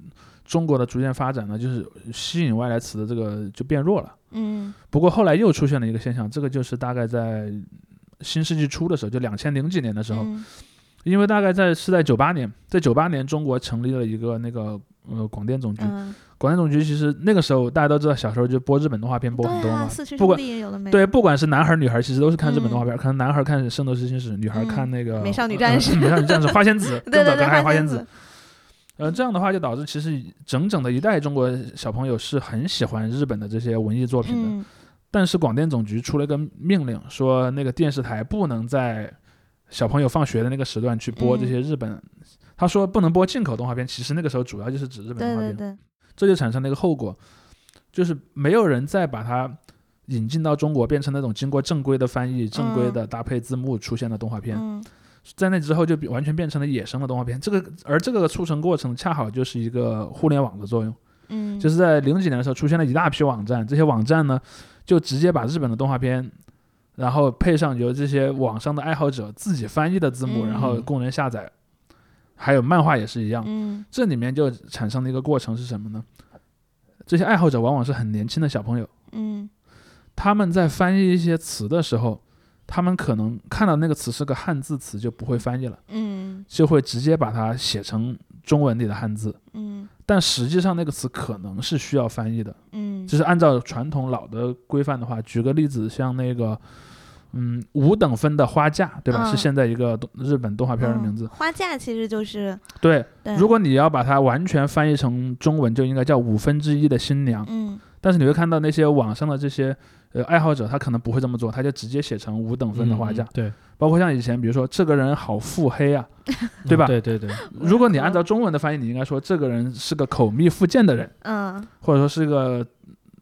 S3: 中国的逐渐发展呢，就是吸引外来词的这个就变弱了。
S2: 嗯
S3: 不过后来又出现了一个现象，这个就是大概在新世纪初的时候，就两千零几年的时候，
S2: 嗯
S3: 因为大概在是在九八年，在九八年中国成立了一个那个呃广电总局，
S2: 嗯，
S3: 广电总局其实那个时候大家都知道，小时候就播日本动画片播很
S2: 对
S3: 多
S2: 啊，
S3: 嘛，
S2: 四驱
S3: 不
S2: 兄
S3: 管。
S2: 弟有的没的，
S3: 对，不管是男孩儿女孩儿，其实都是看日本动画
S2: 嗯
S3: 片儿。可能男孩儿看《圣斗士星矢》，女孩儿
S2: 嗯
S3: 看那个
S2: 美少女
S3: 呃
S2: 战士
S3: 美少女
S2: [LAUGHS]
S3: 战士、花仙 [LAUGHS] 子，
S2: 对对
S3: 更早可
S2: 对，
S3: 能还有花
S2: 仙
S3: 仙子。，呃，这样的话就导致其实整整的一代中国小朋友是很喜欢日本的这些文艺作品的。
S2: 嗯
S3: 但是广电总局出了一个命令，说那个电视台不能在小朋友放学的那个时段去播这
S2: 嗯
S3: 些日本。他说不能播进口动画片，其实那个时候主要就是指日本
S2: 对
S3: 动画
S2: 对
S3: 片。
S2: 对，
S3: 这就产生了一个后果，就是没有人再把它引进到中国，变成那种经过正规的翻译、正规的搭配字幕出现的动画片。
S2: 嗯
S3: 在那之后就比完全变成了野生的动画片。这个而这个促成过程恰好就是一个互联网的作用，
S2: 嗯，
S3: 就是是在零几年的时候出现了一大批网站，这些网站呢就直接把日本的动画片。然后配上由这些网上的爱好者自己翻译的字幕，
S2: 嗯
S3: 然后供人下载，还有漫画也是一样。
S2: 嗯
S3: 这里面就产生了一个过程是什么呢？这些爱好者往往是很年轻的小朋友，
S2: 嗯
S3: 他们在翻译一些词的时候，他们可能看到那个词是个汉字词就不会翻译了，
S2: 嗯
S3: 就会直接把它写成中文里的汉字。
S2: 嗯
S3: 但实际上那个词可能是需要翻译的，
S2: 嗯，
S3: 就是按照传统老的规范的话，举个例子，像那个，嗯，五等分的花嫁，对吧？
S2: 嗯
S3: 是现在一个动日本动画片的
S2: 嗯
S3: 名字。
S2: 花架其实就是
S3: 对，
S2: 对，
S3: 如果你要把它完全翻译成中文，就应该叫五分之一的新娘。
S2: 嗯
S3: 但是你会看到那些网上的这些呃爱好者，他可能不会这么做，他就直接写成五等分的花嫁。
S1: 嗯对
S3: 包括像以前，比如说这个人好腹黑啊，对吧
S1: 嗯对对对，
S3: 如果你按照中文的翻译，你应该说这个人是个口蜜腹剑的人，
S2: 嗯，
S3: 或者说是个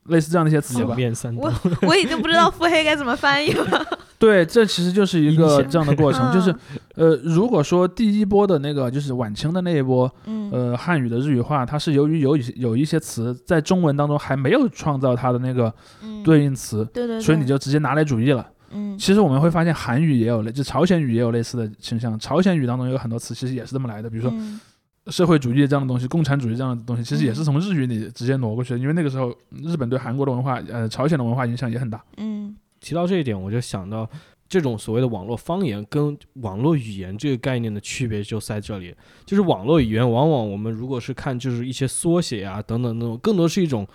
S3: 类似这样的一些词
S1: 两
S3: 吧。
S1: 面三刀，
S2: 我已经不知道腹黑该怎么翻译了，
S3: 对，这其实就是一
S1: 阴
S3: 个
S1: 险
S3: 这样的过
S2: 嗯
S3: 程，就是呃，如果说第一波的那个就是晚清的那一波，
S2: 嗯
S3: 呃，汉语的日语化，它是由于有一些有一些词在中文当中还没有创造它的那个
S2: 嗯
S3: 对应词，
S2: 对对，
S3: 所以你
S2: 就
S3: 就直接拿来主义了。
S2: 嗯
S3: 其实我们会发现，韩语也有类，就朝鲜语也有类似的倾向。朝鲜语当中有很多词其实也是这么来的，比如说
S2: 嗯
S3: 社会主义这样的东西、共产主义这样的东西，其实也是
S2: 嗯
S3: 从日语里直接挪过去的。因为那个时候日本对韩国的文化、呃朝鲜的文化影响也很大。
S2: 嗯
S1: 提到这一点，我就想到这种所谓的网络方言跟网络语言这个概念的区别就在这里，就是网络语言往往我们如果是看就是一些缩写啊等等那种，更多是一种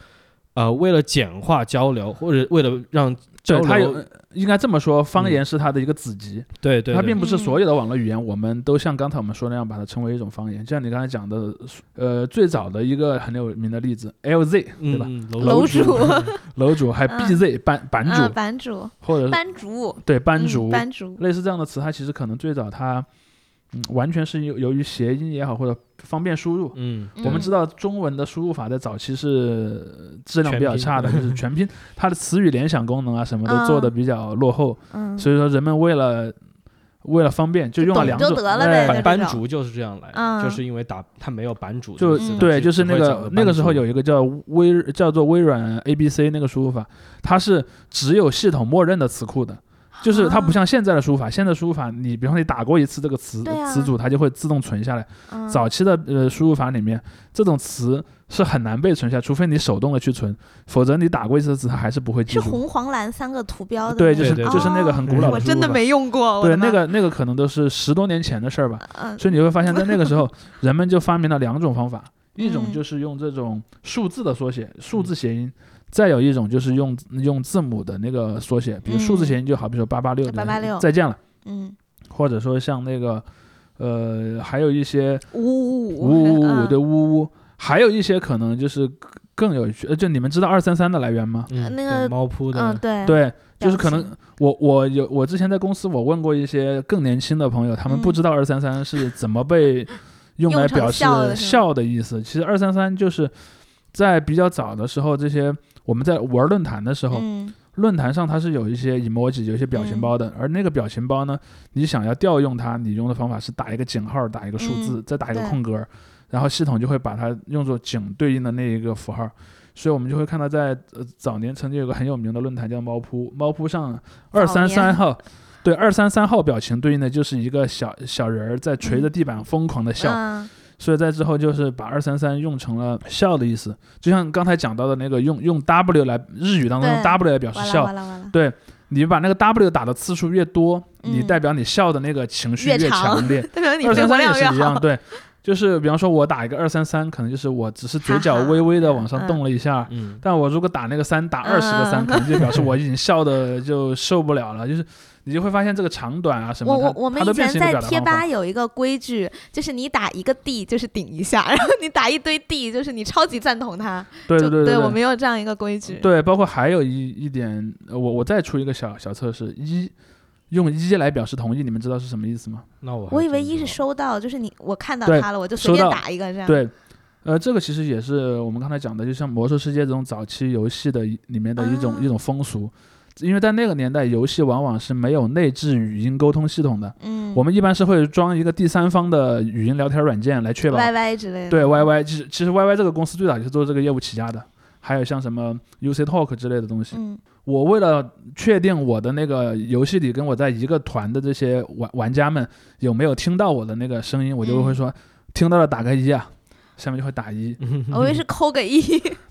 S1: 呃为了简化交流或者为了让交
S3: 对，它
S1: 流
S3: 有应该这么说，方言是它的一个子集，
S1: 对对，
S3: 它
S1: 对
S3: 并不是
S2: 嗯
S3: 所有的网络语言，我们都像刚才我们说那样把它称为一种方言。就像你刚才讲的，呃，最早的一个很有名的例子，LZ 对吧？
S1: 嗯，
S3: 楼
S1: 楼
S2: 楼
S3: 主
S2: 主
S3: 楼主还有
S2: 嗯
S3: BZ 版版
S2: 啊，
S3: 主，
S2: 版主，
S3: 或者是
S2: 班主，
S3: 对班
S2: 嗯
S3: 主，
S2: 班主，
S3: 类似这样的词，它其实可能最早它，嗯，完全是由由于谐音也好，或者方便输入。
S1: 嗯，
S2: 嗯
S3: 我们知道中文的输入法在早期是质量比
S1: 全拼
S3: 较
S1: 嗯
S3: 差的，就是全拼，它的词语联想功能啊什么都
S2: 啊
S3: 做的比较落后，
S2: 嗯，
S3: 所以说人们为了为了方便就用了
S2: 懂
S3: 两
S2: 就
S3: 种，
S2: 得了
S3: 哎
S2: 呗
S1: 版
S2: 对
S1: 班
S2: 这种
S1: 主就是这样来的，
S2: 嗯
S1: 就是因为打他没有版主这
S3: 就
S1: 个词，
S2: 嗯
S1: 他
S3: 对，
S1: 只
S3: 就
S1: 只
S3: 是那
S1: 会讲
S3: 个那
S1: 班
S3: 个时候
S1: 主
S3: 有一个叫微叫做微软 ABC 那个输入法，它是只有系统默认的词库的，就是它
S2: 啊
S3: 不像现在的输入法，现在输入法你比方说你打过一次这个词、
S2: 对啊
S3: 词组，它就会自动存下来。
S2: 嗯
S3: 早期的呃输入法里面，这种词是很难被存下，除非你手动的去存，否则你打过一次字，它还是不会记
S2: 是
S3: 住。
S2: 红黄蓝三个图标的那
S3: 对，就
S2: 种，
S3: 是
S1: 对对
S3: 就是那个很古老
S1: 哦
S3: 的
S2: 我
S3: 输入法
S2: 真的没用过，我
S3: 对
S2: 的
S3: 那
S2: 妈，
S3: 个那个可能都是十多年前的事儿吧。
S2: 嗯，
S3: 所以你会发现在那个
S2: [LAUGHS]
S3: 时候，人们就发明了两种方法，一种
S2: 嗯
S3: 就是用这种数字的缩写、数字谐音，再有一种就是用用字母的那个缩写，比如数字
S2: 嗯
S3: 谐音就好，比如说八八六，
S2: 886
S3: 再见了，
S2: 嗯，
S3: 或者说像那个呃，还有一些
S2: 五五
S3: 呜呜呜，
S2: 嗯
S3: 对呜呜，还有一些可能就是更有趣，呃，就你们知道二三三的来源吗？
S1: 嗯
S2: 呃那
S1: 对
S2: 个
S1: 猫扑
S2: 嗯，
S1: 的，
S2: 对，
S3: 对，就是可
S2: 了
S3: 能我我有我之前在公司我问过一些更年轻的朋友，他们
S2: 嗯
S3: 不知道二三三是怎么被用来
S2: 用成
S3: 表示
S2: 笑的是吗
S3: 笑的意思。其实二三三就是在比较早的时候，这些我们在玩论坛的时候，
S2: 嗯，
S3: 论坛上它是有一些 emoji，有一些表情包的。而那个表情包呢，你想要调用它，你用的方法是打一个井号，打一个数字，
S2: 嗯
S3: 再打一个
S2: 对
S3: 空格，然后系统就会把它用作井对应的那一个符号。所以我们就会看到在，呃早年曾经有个很有名的论坛叫猫扑，猫扑上二三三号，对二三三号表情对应的就是一个小小人儿在捶着地板疯狂的笑。
S2: 嗯
S3: 所以在之后就是把二三三用成了笑的意思，就像刚才讲到的那个用用 W 来日语当中用
S2: 对
S3: W 来表示
S2: 完了
S3: 笑，
S2: 完了完了，
S3: 你把那个 W 打的次数越多，
S2: 嗯
S3: 你代表你笑的那个情绪
S2: 越长
S3: 强烈。
S2: 代表 [LAUGHS] 你
S3: 二
S2: 肺
S3: 三
S2: 活
S3: 三也
S2: 量
S3: 是一
S2: 越
S3: 样，
S2: 好，
S3: 对，就是比方说我打一个二三三，可能就是我只是嘴角
S2: 哈哈
S3: 微微的
S2: [LAUGHS]
S3: 往上动了一下。
S1: 嗯，
S3: 但我如果打那个三，打二十个三，
S2: 嗯
S3: 可能就表示我
S2: [LAUGHS]
S3: 已经笑的就受不了了。就是你就会发现这个长短啊什
S2: 我
S3: 么，
S2: 我
S3: 它
S2: 我们
S3: 它都
S2: 以
S3: 变
S2: 前
S3: 成一个
S2: 在
S3: 表达
S2: 贴
S3: 方法
S2: 吧。有一个规矩，就是你打一个 D 就是顶一下，然后你打一堆 D 就是你超级赞同他，
S3: 对
S2: 就
S3: 对
S2: 我
S3: 对
S2: 们有这样一个规矩。
S3: 对，包括还有一一点，呃我我再出一个小小测试，一用一来表示同意，你们知道是什么意思吗？
S1: 那我
S2: 我
S1: 还
S2: 以为
S1: 真
S2: 一
S1: 不知
S2: 是
S1: 道
S2: 收到，就是你我看到
S3: 对
S2: 他了，我就随
S3: 收
S2: 便
S3: 到
S2: 打一个这样。
S3: 对，呃，这个其实也是我们刚才讲的，就像《魔兽世界》这种早期游戏的一里面的一种、一
S2: 啊
S3: 种风俗，因为在那个年代，游戏往往是没有内置语音沟通系统的，
S2: 嗯，
S3: 我们一般是会装一个第三方的语音聊天软件来确保。
S2: YY 之类的。
S3: 对 YY，其实其实 YY 这个公司最早就是做这个业务起家的，还有像什么 UC Talk 之类的东西。
S2: 嗯
S3: [LAUGHS] 我为了确定我的那个游戏里跟我在一个团的这些玩玩家们有没有听到我的那个声音，我就会说、听到了打个一啊，下面就会打一。
S2: 我以为是抠个
S3: [LAUGHS]
S2: 一。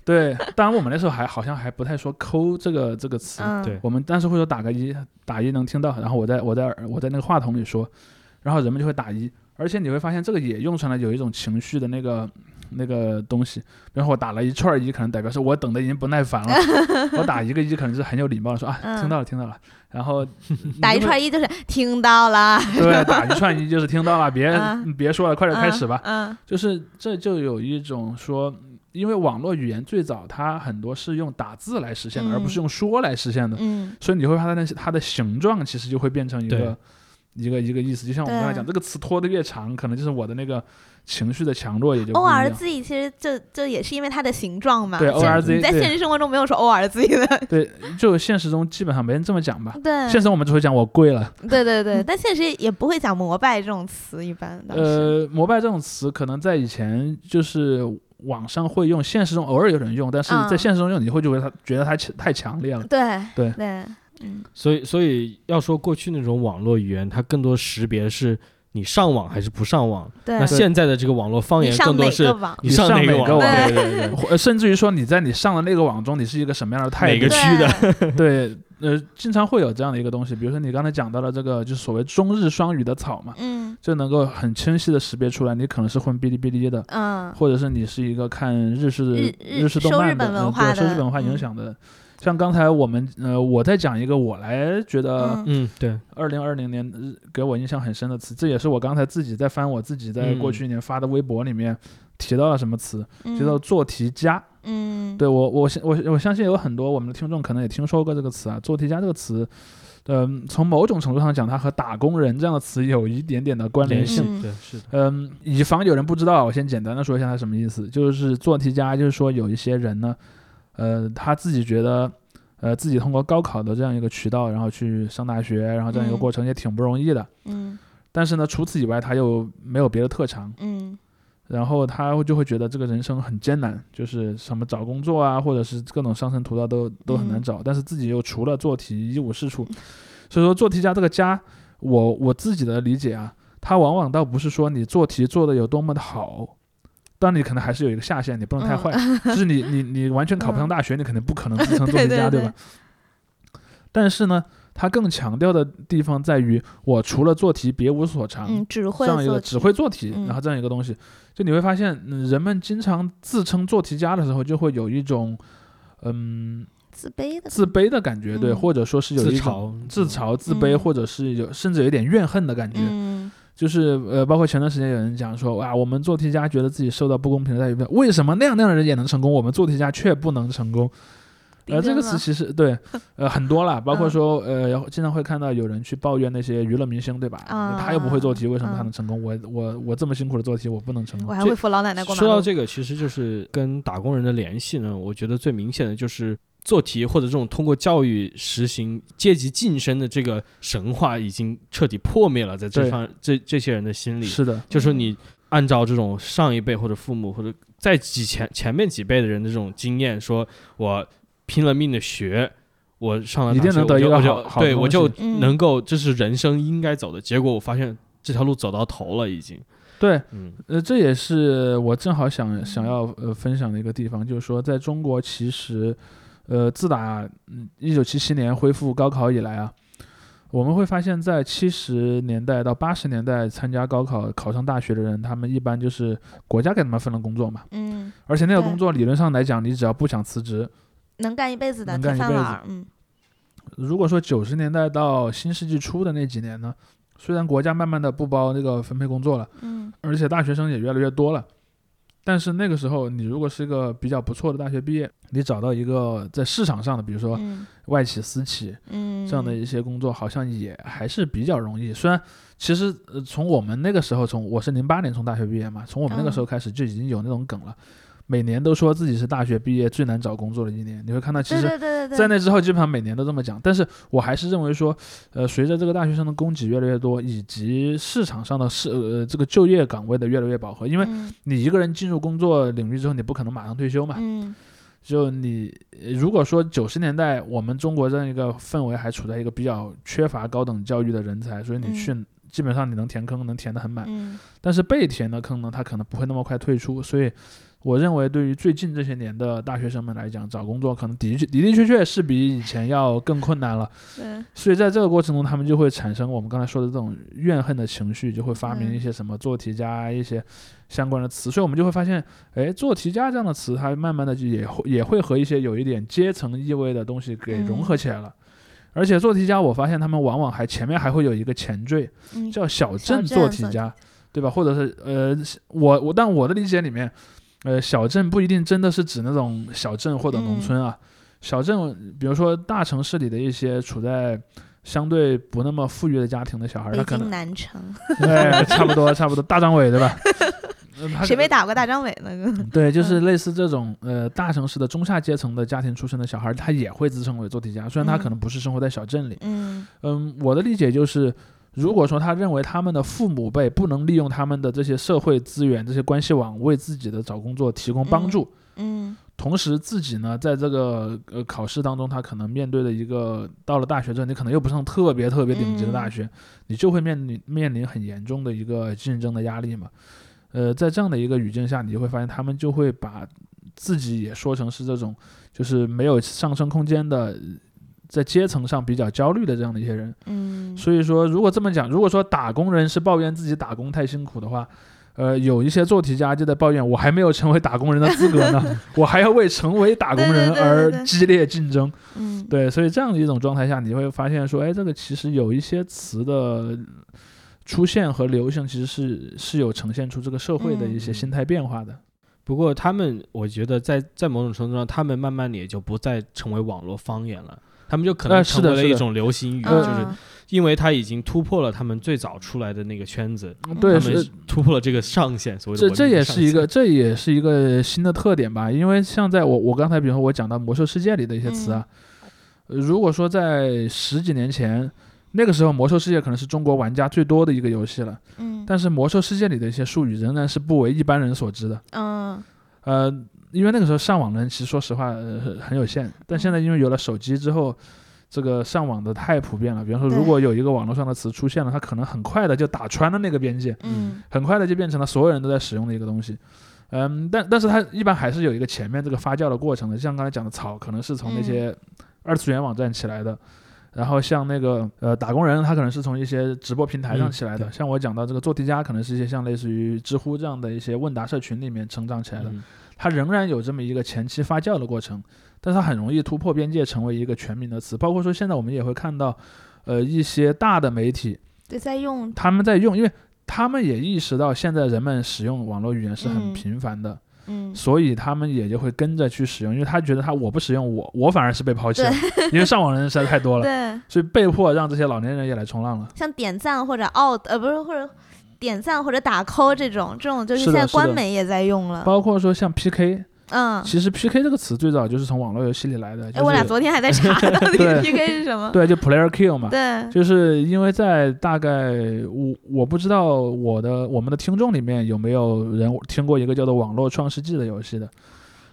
S3: 对，当然我们那时候还好像还不太说“抠”这个这个词，
S2: 嗯，
S1: 对
S3: 我们当时会说打个一，打一能听到，然后我在我在我在那个话筒里说，然后人们就会打一，而且你会发现这个也用成了有一种情绪的那个那个东西，比方说我打了一串一，可能代表是我等的已经不耐烦了，
S2: [LAUGHS]
S3: 我打一个一可能是很有礼貌的说啊
S2: 嗯
S3: 听到了听到了，然后
S2: 打一
S3: 你就会
S2: 串一就是听到了。
S3: 对打一串一就是听到
S2: [LAUGHS]
S3: 了，别
S2: 啊
S3: 别说了， [LAUGHS] 快点开始吧，
S2: 嗯
S3: 就是这就有一种说，因为网络语言最早它很多是用打字来实现的，
S2: 嗯
S3: 而不是用说来实现的，
S2: 嗯
S3: 所以你会发现它的形状其实就会变成一个一个一个意思。就像我们
S2: 对
S3: 刚才讲，这个词拖得越长，可能就是我的那个情绪的强弱也
S2: 嗯
S3: 就不一样。
S2: ，ORZ 其实就就也是因为它的形状嘛。
S3: 啊对
S2: 就
S3: ORZ
S2: 你在
S3: 对
S2: 现实生活中没有说 ORZ
S3: [LAUGHS]
S2: 的。
S3: 对，就现实中基本上没人这么讲吧。
S2: 对，
S3: 现实中我们只会讲我跪了，
S2: [LAUGHS] 对对对，但现实也不会讲膜拜这种词，一般当时。
S3: 呃，膜拜这种词可能在以前就是网上会用，现实中偶尔有人用，但是在
S2: 嗯
S3: 现实中用你会觉得它觉得它太强烈了。
S2: 对
S3: 对
S2: 对，嗯，
S1: 所以，所以要说过去那种网络语言，它更多识别是你上网还是不上网。
S2: 对
S1: 那。现在的这个网络方
S2: 你
S1: 言
S2: 上
S1: 更
S2: 哪
S1: 多是
S2: 个网？
S1: 你上
S3: 哪
S1: 个
S3: 个
S1: 网，
S2: 网
S1: 对
S2: [LAUGHS]
S1: 对对，
S3: 或呃甚至于说你在你上的那个网中，你是一个什么样的态
S1: 哪
S3: 度
S1: 个？区的
S3: [LAUGHS] 对，呃，经常会有这样的一个东西，比如说你刚才讲到了这个，就是所谓中日双语的草嘛，
S2: 嗯
S3: 就能够很清晰的识别出来，你可能是混哔哩哔哩的，
S2: 嗯，
S3: 或者是你是一个看日式
S2: 日
S3: 式动
S2: 受
S3: 漫
S2: 日
S3: 的，
S2: 本
S3: 嗯
S2: 文化
S3: 对，受日
S2: 的
S3: 本文化影
S2: 嗯
S3: 响的像刚才我们呃，我在讲一个我来觉得
S2: 嗯
S1: 嗯，对，
S3: 二零二零年呃给我印象很深的词，这也是我刚才自己在翻我自己在
S1: 嗯
S3: 过去一年发的微博里面提到了什么词，
S2: 嗯
S3: 提到做题家。
S2: 嗯，
S3: 对我，我相我我相信有很多我们的听众可能也听说过这个词啊，做题家这个词。嗯，从某种程度上讲，它和打工人这样的词有一点点的关联
S1: 联
S3: 性
S1: 系。
S2: 嗯
S1: 对，是的，
S3: 嗯，以防有人不知道，我先简单的说一下它什么意思。就是做题家，就是说有一些人呢，呃，他自己觉得，呃，自己通过高考的这样一个渠道，然后去上大学，然后这样一个
S2: 嗯
S3: 过程也挺不容易的。
S2: 嗯
S3: 但是呢，除此以外，他又没有别的特长，
S2: 嗯
S3: 然后他就会觉得这个人生很艰难，就是什么找工作啊，或者是各种上升途道都都很难
S2: 嗯
S3: 找。但是自己又除了做题一无是处，所以说做题家这个家，我我自己的理解啊，它往往倒不是说你做题做的有多么的好。当然你可能还是有一个下限，你不
S2: 嗯
S3: 能太
S2: [LAUGHS]
S3: 坏， [LAUGHS] 就是你你你完全考不上大学，你肯定不可能自称做题
S2: 对对
S3: 家，
S2: 对
S3: 吧？但是呢，它更强调的地方在于，我除了做题别无所长，
S2: 嗯，只会
S3: 啊这样一
S2: 做
S3: 个只会做题，
S2: 嗯
S3: 然后这样一个东西，就你会发现，嗯人们经常自称做题家的时候，就会有一种嗯
S2: 自卑的，
S3: 自卑的感觉，对，
S2: 嗯
S3: 或者说是有
S1: 自
S3: 一种
S1: 嘲，
S3: 自嘲、自卑，
S2: 嗯
S3: 或者是有甚至有一点怨恨的感觉。
S2: 嗯
S3: 就是呃，包括前段时间有人讲说，哇，我们做题家觉得自己受到不公平的待遇，为什么那样那样的人也能成功，我们做题家却不能成功？呃，
S2: 竞
S3: 这个
S2: 争
S3: 词
S2: 啊
S3: 其实对，呃，很多啦，
S2: 嗯
S3: 包括说，呃，经常会看到有人去抱怨那些娱乐明星，对吧？
S2: 啊
S3: 他又不会做题，为什么
S2: 嗯
S3: 他能成功？我我我这么辛苦的做题，我不能成
S2: 我
S3: 功？
S2: 还
S1: 这
S2: 会扶老奶奶过马
S1: 说到
S2: 路。
S1: 这个，其实就是跟打工人的联系呢，我觉得最明显的就是做题或者这种通过教育实行阶级晋升的这个神话已经彻底破灭了，在这
S3: 对
S1: 方这这些人的心里，
S3: 是的，
S1: 就说你按照这种上一辈或者父母或者在几前前面几辈的人的这种经验，说我拼了命的学，我上了
S3: 一
S1: 大
S3: 定
S1: 学
S3: 能得
S1: 我就
S3: 一个
S1: 我
S3: 好
S1: 就
S3: 好
S1: 对
S3: 的
S1: 我
S3: 东
S1: 就
S3: 西
S2: 嗯
S1: 能够这是人生应该走的，结果我发现这条路走到头了已经，
S3: 对，
S1: 嗯
S3: 呃，这也是我正好想
S2: 嗯
S3: 想要呃分享的一个地方，就是说，在中国其实，呃，自打嗯一九七七年恢复高考以来啊，我们会发现，在七十年代到八十年代参加高考考上大学的人，他们一般就是国家给他们分了工作嘛，
S2: 嗯，
S3: 而且那个
S2: 对
S3: 工作理论上来讲，你只要不想辞职，
S2: 能干一辈子的
S3: 能
S2: 铁
S3: 干一
S2: 饭
S3: 辈
S2: 碗
S3: 子
S2: 儿，嗯
S3: 如果说九十年代到新世纪初的那几年呢，虽然国家慢慢的不包那个分配工作了。
S2: 嗯
S3: 而且大学生也越来越多了。但是那个时候，你如果是一个比较不错的大学毕业，你找到一个在市场上的，比如说
S2: 嗯
S3: 外企、私企
S2: 嗯，
S3: 这样的一些工作，好像也还是比较容易。虽然其实呃，从我们那个时候，从我是零八年从大学毕业嘛，从我们那
S2: 嗯
S3: 个时候开始就已经有那种梗了，每年都说自己是大学毕业最难找工作的一年。你会看到，其
S2: 对
S3: 实
S2: 对对对
S3: 在
S2: 对，
S3: 那之后，基本上每年都这么讲。但是我还是认为说，呃，随着这个大学生的供给越来越多，以及市场上的市呃这个就业岗位的越来越饱和，因为
S2: 嗯
S3: 你一个人进入工作领域之后，你不可能马上退休嘛。
S2: 嗯
S3: 就你呃如果说九十年代我们中国这样一个氛围还处在一个比较缺乏高等教育的人才，所以你
S2: 嗯
S3: 去。基本上你能填坑，能填得很满，
S2: 嗯
S3: 但是被填的坑呢，他可能不会那么快退出，所以我认为对于最近这些年的大学生们来讲，找工作可能的确的的确确是比以前要更困难了，
S2: 对，
S3: 所以在这个过程中，他们就会产生我们刚才说的这种怨恨的情绪，就会发明
S2: 嗯
S3: 一些什么做题家一些相关的词，所以我们就会发现，哎，做题家这样的词，它慢慢的就也会也会和一些有一点阶层意味的东西给融合起来了。而且做题家，我发现他们往往还前面还会有一个前缀，
S2: 嗯
S3: 叫小
S2: 小
S3: 镇
S2: 镇
S3: 做题
S2: 做
S3: 家，对吧？或者是呃，我我但我的理解里面，呃，小镇不一定真的是指那种小镇或者农
S2: 嗯
S3: 村啊。小镇，比如说大城市里的一些处在相对不那么富裕的家庭的小孩儿，他
S2: 北
S3: 可
S2: 京
S3: 能
S2: 南城，
S3: 哎，差不多差不多，大张伟对吧？呃他
S2: 谁
S3: 可
S2: 没打过大张伟 [LAUGHS] 呢？
S3: 对，就是
S2: 嗯
S3: 类似这种呃大城市的中下阶层的家庭出身的小孩儿，他也会自称为做题家，虽然他可
S2: 嗯
S3: 能不是生活在小镇里，
S2: 嗯
S3: 嗯，我的理解就是，如果说他认为他们的父母辈不能利用他们的这些社会资源、这些关系网为自己的找工作提供帮助，
S2: 嗯
S3: 同时自己呢在这个呃考试当中，他可能面对的一个到了大学之后，你可能又不上特别特别顶级的大
S2: 嗯
S3: 学，你就会面临面临很严重的一个竞争的压力嘛。呃，在这样的一个语境下，你就会发现他们就会把自己也说成是这种就是没有上升空间的，在阶层上比较焦虑的这样的一些人。
S2: 嗯，
S3: 所以说，如果这么讲，如果说打工人是抱怨自己打工太辛苦的话，呃，有一些做题家就在抱怨，我还没有成为打工人的资
S2: [LAUGHS]
S3: 格呢，我还要为成为打工人
S2: 对对对对
S3: 而
S2: 对
S3: 激烈竞争。
S2: 嗯，
S3: 对，所以这样的一种状态下，你会发现说，哎，这个其实有一些词的出现和流行，其实是是有呈现出这个社会的一些
S1: 嗯
S3: 心态变化的。
S1: 不过他们，我觉得在在某种程度上，他们慢慢的也就不再成为网络方言了，他们就可能
S3: 呃是
S1: 成
S3: 的
S1: 为了
S3: 是的
S1: 一种流行
S2: 嗯
S1: 语，
S3: 呃
S1: 就是因为它已经突破了他们最早出来的那个圈子，
S3: 对，
S1: 他
S2: 嗯
S3: 是
S1: 们突破了这个上限，所谓的
S3: 这
S1: 文
S3: 这
S1: 明
S3: 也
S1: 上
S3: 是一个
S1: 限
S3: 这也是一个新的特点吧，因为像在我我刚才比如说我讲到魔兽世界里的一些词啊，呃
S2: 嗯
S3: 如果说在十几年前。那个时候，魔兽世界可能是中国玩家最多的一个游戏了，
S2: 嗯
S3: 但是魔兽世界里的一些术语仍然是不为一般人所知的。
S2: 嗯
S3: 呃，因为那个时候上网的人其实说实话、呃、很很有
S2: 嗯
S3: 限，但现在因为有了手机之后，这个上网的太普遍了。比方说，
S2: 对
S3: 如果有一个网络上的词出现了，它可能很快的就打穿了那个边界，
S2: 嗯
S3: 很快的就变成了所有人都在使用的一个东西。嗯，但但是它一般还是有一个前面这个发酵的过程的，像刚才讲的草，可能是从那些二次元网站起来的。然后像那个呃打工人，他可能是从一些直播平台上
S1: 嗯
S3: 起来的。
S1: 对
S3: 像我讲到这个做题家，可能是一些像类似于知乎这样的一些问答社群里面成长起来的。
S1: 嗯
S3: 它仍然有这么一个前期发酵的过程，但它很容易突破边界，成为一个全民的词。包括说现在我们也会看到，呃，一些大的媒体
S2: 对，在用
S3: 他们在用，因为他们也意识到现在人们使用网络语言是很
S2: 嗯
S3: 频繁的，
S2: 嗯
S3: 所以他们也就会跟着去使用，因为他觉得他我不使用我，我反而是被抛弃了， [LAUGHS] 因为上网的人实在太多了，
S2: 对，
S3: 所以被迫让这些老年人也来冲浪了。
S2: 像点赞或者 out 呃不是或者点赞或者打 call 这种这种就是
S3: 是
S2: 现
S3: 的
S2: 在
S3: 是
S2: 官
S3: 的
S2: 媒也在用了，
S3: 包括说像 PK，
S2: 嗯，
S3: 其实 PK 这个词最早就是从网络游戏里来的，
S2: 哎我
S3: 就
S2: 俩
S3: 是
S2: 昨天还在查到底
S3: [LAUGHS] 对
S2: PK 是什么，
S3: 对，就 player kill 嘛，
S2: 对，
S3: 就是因为在大概我我不知道我的我们的听众里面有没有人听过一个叫做《网络创世纪》的游戏的，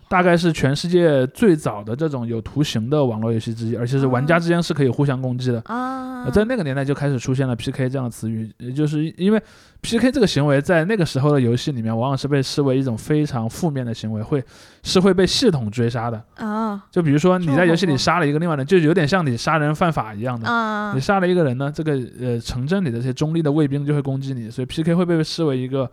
S3: 大概是全世界最早的这种有图形的网络游戏之一，而且是玩家之间是可以互相攻击的。
S2: 啊
S3: 呃，在那个年代就开始出现了 PK 这样的词语，呃就是因为 PK 这个行为在那个时候的游戏里面，往往是被视为一种非常负面的行为，会是会被系统追杀的。
S2: 啊
S3: 就比如说你
S2: 这么
S3: 在游戏
S2: 恐
S3: 里
S2: 怖
S3: 杀了一个另外人，就有点像你杀人犯法一样的。
S2: 啊
S3: 你杀了一个人呢，这个呃城镇里的这些中立的卫兵就会攻击你，所以 PK 会被视为一个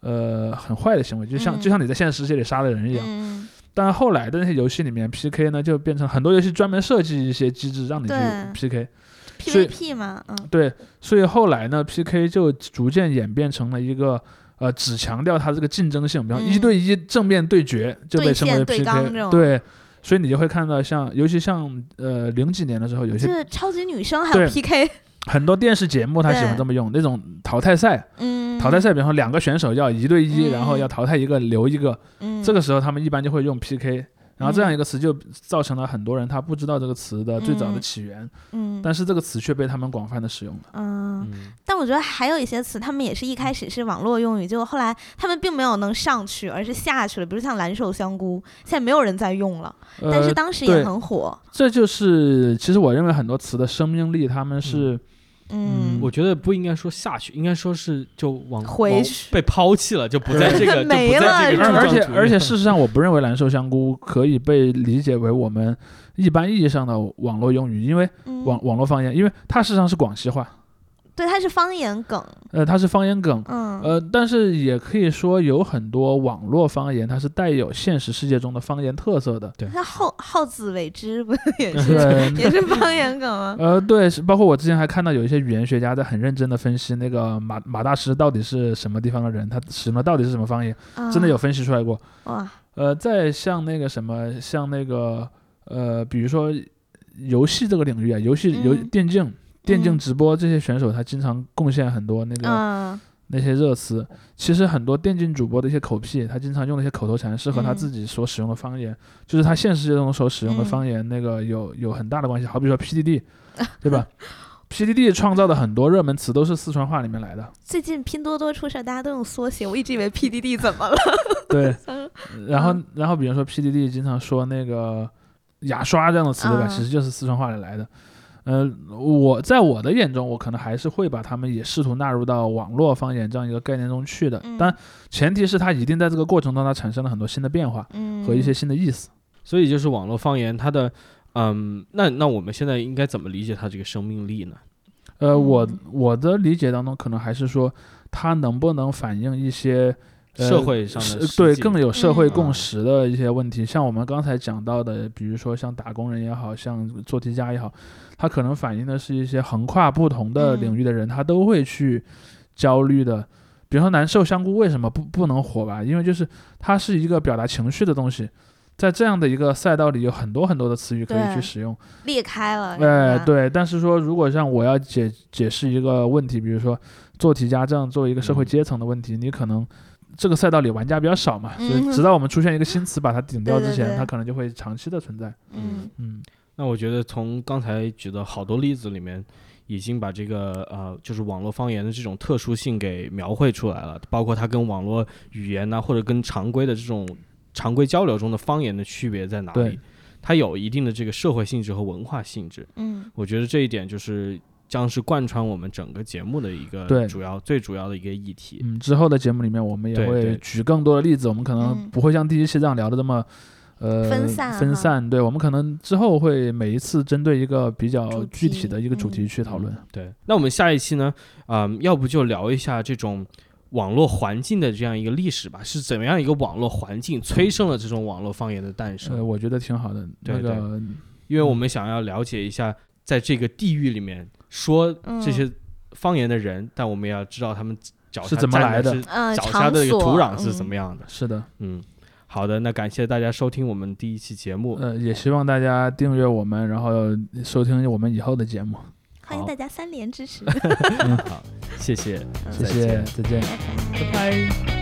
S3: 呃很坏的行为，就像、
S2: 嗯
S3: 就像你在现实世界里杀了人一样。
S2: 嗯
S3: 但后来的那些游戏里面，PK 呢就变成很多游戏专门设计一些机制让你去
S2: 对
S3: PK。所以
S2: PVP 嘛，嗯
S3: 对，所以后来呢，PK 就逐渐演变成了一个。呃，只强调它这个竞争性，比方
S2: 嗯
S3: 一对一正面对决就被
S2: 对
S3: 称
S2: 线
S3: 为
S2: 对刚这
S3: PK，
S2: 种
S3: 对，所以你就会看到像，尤其像呃零几年的时候，有些
S2: 这超级女生还有
S3: 对
S2: PK，
S3: 很多电视节目他喜欢
S2: 对
S3: 这么用那种淘汰赛，
S2: 嗯
S3: 淘汰赛，比方说两个选手要一对一，
S2: 嗯
S3: 然后要淘汰一个留一个，
S2: 嗯
S3: 这个时候他们一般就会用 PK。然后这样一个词就造成了很多人他不知道这个词的最早的起源，
S2: 嗯
S3: 但是这个词却被他们广泛的使用了。
S2: 嗯。
S1: 嗯
S2: 但我觉得还有一些词，他们也是一开始是网络用语，结果后来他们并没有能上去，而是下去了。比如像蓝瘦香菇，现在没有人在用了，但是
S3: 呃，
S2: 当时
S3: 对
S2: 也很火。
S3: 这就是其实我认为很多词的生命力，他们是、
S2: 嗯，
S1: 我觉得不应该说下去，应该说是就往
S2: 回
S1: 往
S2: 去
S1: 被抛弃了，就不在这个，就
S2: [LAUGHS] 没
S1: 不在这
S2: 了
S1: 个重
S3: 而而
S1: 磅
S3: 且
S1: 主义
S3: 而且事实上，我不认为蓝瘦香菇可以被理解为我们一般意义上的网络用语，因为
S2: 嗯
S3: 网网络方言，因为它事实上是广西话，
S2: 对，它是方言梗，
S3: 呃，它是方言梗，
S2: 嗯，
S3: 呃，但是也可以说有很多网络方言，它是带有现实世界中的方言特色
S2: [LAUGHS]
S3: 的。
S2: 那好好自为之不
S3: [LAUGHS]
S2: 也是
S3: 对，
S2: 也是方言梗吗？
S3: 呃，对，是包括我之前还看到有一些语言学家在很认真的分析那个马马大师到底是什么地方的人，他使用的到底是什么方言， [LAUGHS] 真
S2: 嗯
S3: 的有分析出来过。
S2: 啊哇，
S3: 呃，在像那个什么，像那个呃，比如说游戏这个领域啊，游戏游
S2: 嗯
S3: 电竞、电竞
S2: 嗯
S3: 直播这些选手，他经常贡献很多那个。
S2: 嗯
S3: 那些热词，其实很多电竞主播的一些口癖，他经常用的一些口头禅是和他
S2: 嗯
S3: 自己所使用的方言，就是他现实世界中所使用的
S2: 嗯
S3: 方言，那个有有很大的关系。好比
S2: [LAUGHS]
S3: 说 PDD，对吧？PDD 创造的很多热门词都是四川话里面来
S2: [LAUGHS]
S3: 的。
S2: 最近拼多多出事儿，大家都用缩写，我一直以为 PDD 怎么了？
S3: 对，
S2: 嗯
S3: 然后然后比如说 PDD 经常说那个牙刷这样的词，对吧？
S2: 嗯
S3: 其实就是四川话里来的。呃，我在我的眼中，我可能还是会把他们也试图纳入到网络方言这样一个概念中去的。
S2: 嗯
S3: 但前提是它一定在这个过程中，它产生了很多新的变化
S2: 嗯，
S3: 和一些新的意思。
S1: 所以就是网络方言它的，嗯，那那我们现在应该怎么理解它这个生命力呢？
S3: 呃，我
S2: 嗯
S3: 我的理解当中，可能还是说它能不能反映一些、呃、
S1: 社会上
S3: 是
S1: 的实
S3: 对
S1: 际
S3: 更有社会共
S1: 嗯
S3: 识的一些问题，像我们刚才讲到的，比如说像打工人也好，像做题家也好，它可能反映的是一些横跨不同的领域的人，他都会去焦虑的。比如说难受香菇为什么不不能火吧？因为就是它是一个表达情绪的东西，在这样的一个赛道里，有很多很多的词语可以
S2: 对
S3: 去使用。
S2: 裂开了，
S3: 哎，
S2: 是吧，
S3: 对，但是说如果像我要解解释一个问题，比如说做题家这样作为一个社
S1: 嗯
S3: 会阶层的问题，你可能这个赛道里玩家比较少嘛，所
S2: 嗯
S3: 以直到我们出现一个新词把它顶掉
S2: 对
S3: 之
S2: 对
S3: 前，
S2: 对
S3: 它可能就会长期的存在。
S2: 嗯
S3: 嗯，
S1: 那我觉得从刚才举的好多例子里面，已经把这个呃，就是网络方言的这种特殊性给描绘出来了，包括它跟网络语言呐、或者跟常规的这种常规交流中的方言的区别在哪
S3: 对
S1: 里？它有一定的这个社会性质和文化性质。
S2: 嗯
S1: 我觉得这一点就是将是贯穿我们整个节目的一
S3: 对
S1: 个主要最主要的一个议题。
S3: 嗯，之后的节目里面我们也
S1: 对
S3: 会
S1: 对
S3: 举更多的例子，我们可能
S2: 嗯
S3: 不会像第一期这样聊的这么。呃，
S2: 分散啊
S3: 分
S2: 哈
S3: 散，对我们可能之后会每一次针对一个比较
S2: 主
S3: 具体
S2: 题
S3: 的一个主
S2: 嗯
S3: 题去讨论。
S1: 对，那我们下一期呢，嗯，要不就聊一下这种网络环境的这样一个历史吧，是怎么样一个网络环境催生了这种网络方言的诞生？
S3: 呃，我觉得挺好的。
S1: 对
S3: 那
S1: 对
S3: 个嗯
S1: 因为我们想要了解一下，在这个地域里面说
S2: 嗯
S1: 这些方言的人，但我们也要知道他们脚下
S3: 是怎么
S1: 站
S3: 来的
S1: 是
S2: 呃，
S1: 脚下
S2: 场
S1: 的一个
S2: 所
S1: 土壤是怎
S2: 嗯
S1: 么样的？
S3: 是的，
S1: 嗯好的，那感谢大家收听我们第一期节目，
S3: 呃，也希望大家订阅我们，然后收听我们以后的节目。
S2: 欢迎
S1: 好
S2: 大家三连支持，
S1: 好，谢谢，
S3: 谢
S1: 再
S2: 嗯
S3: 谢
S1: 见，
S3: 再见。
S2: 拜拜。
S1: 拜拜。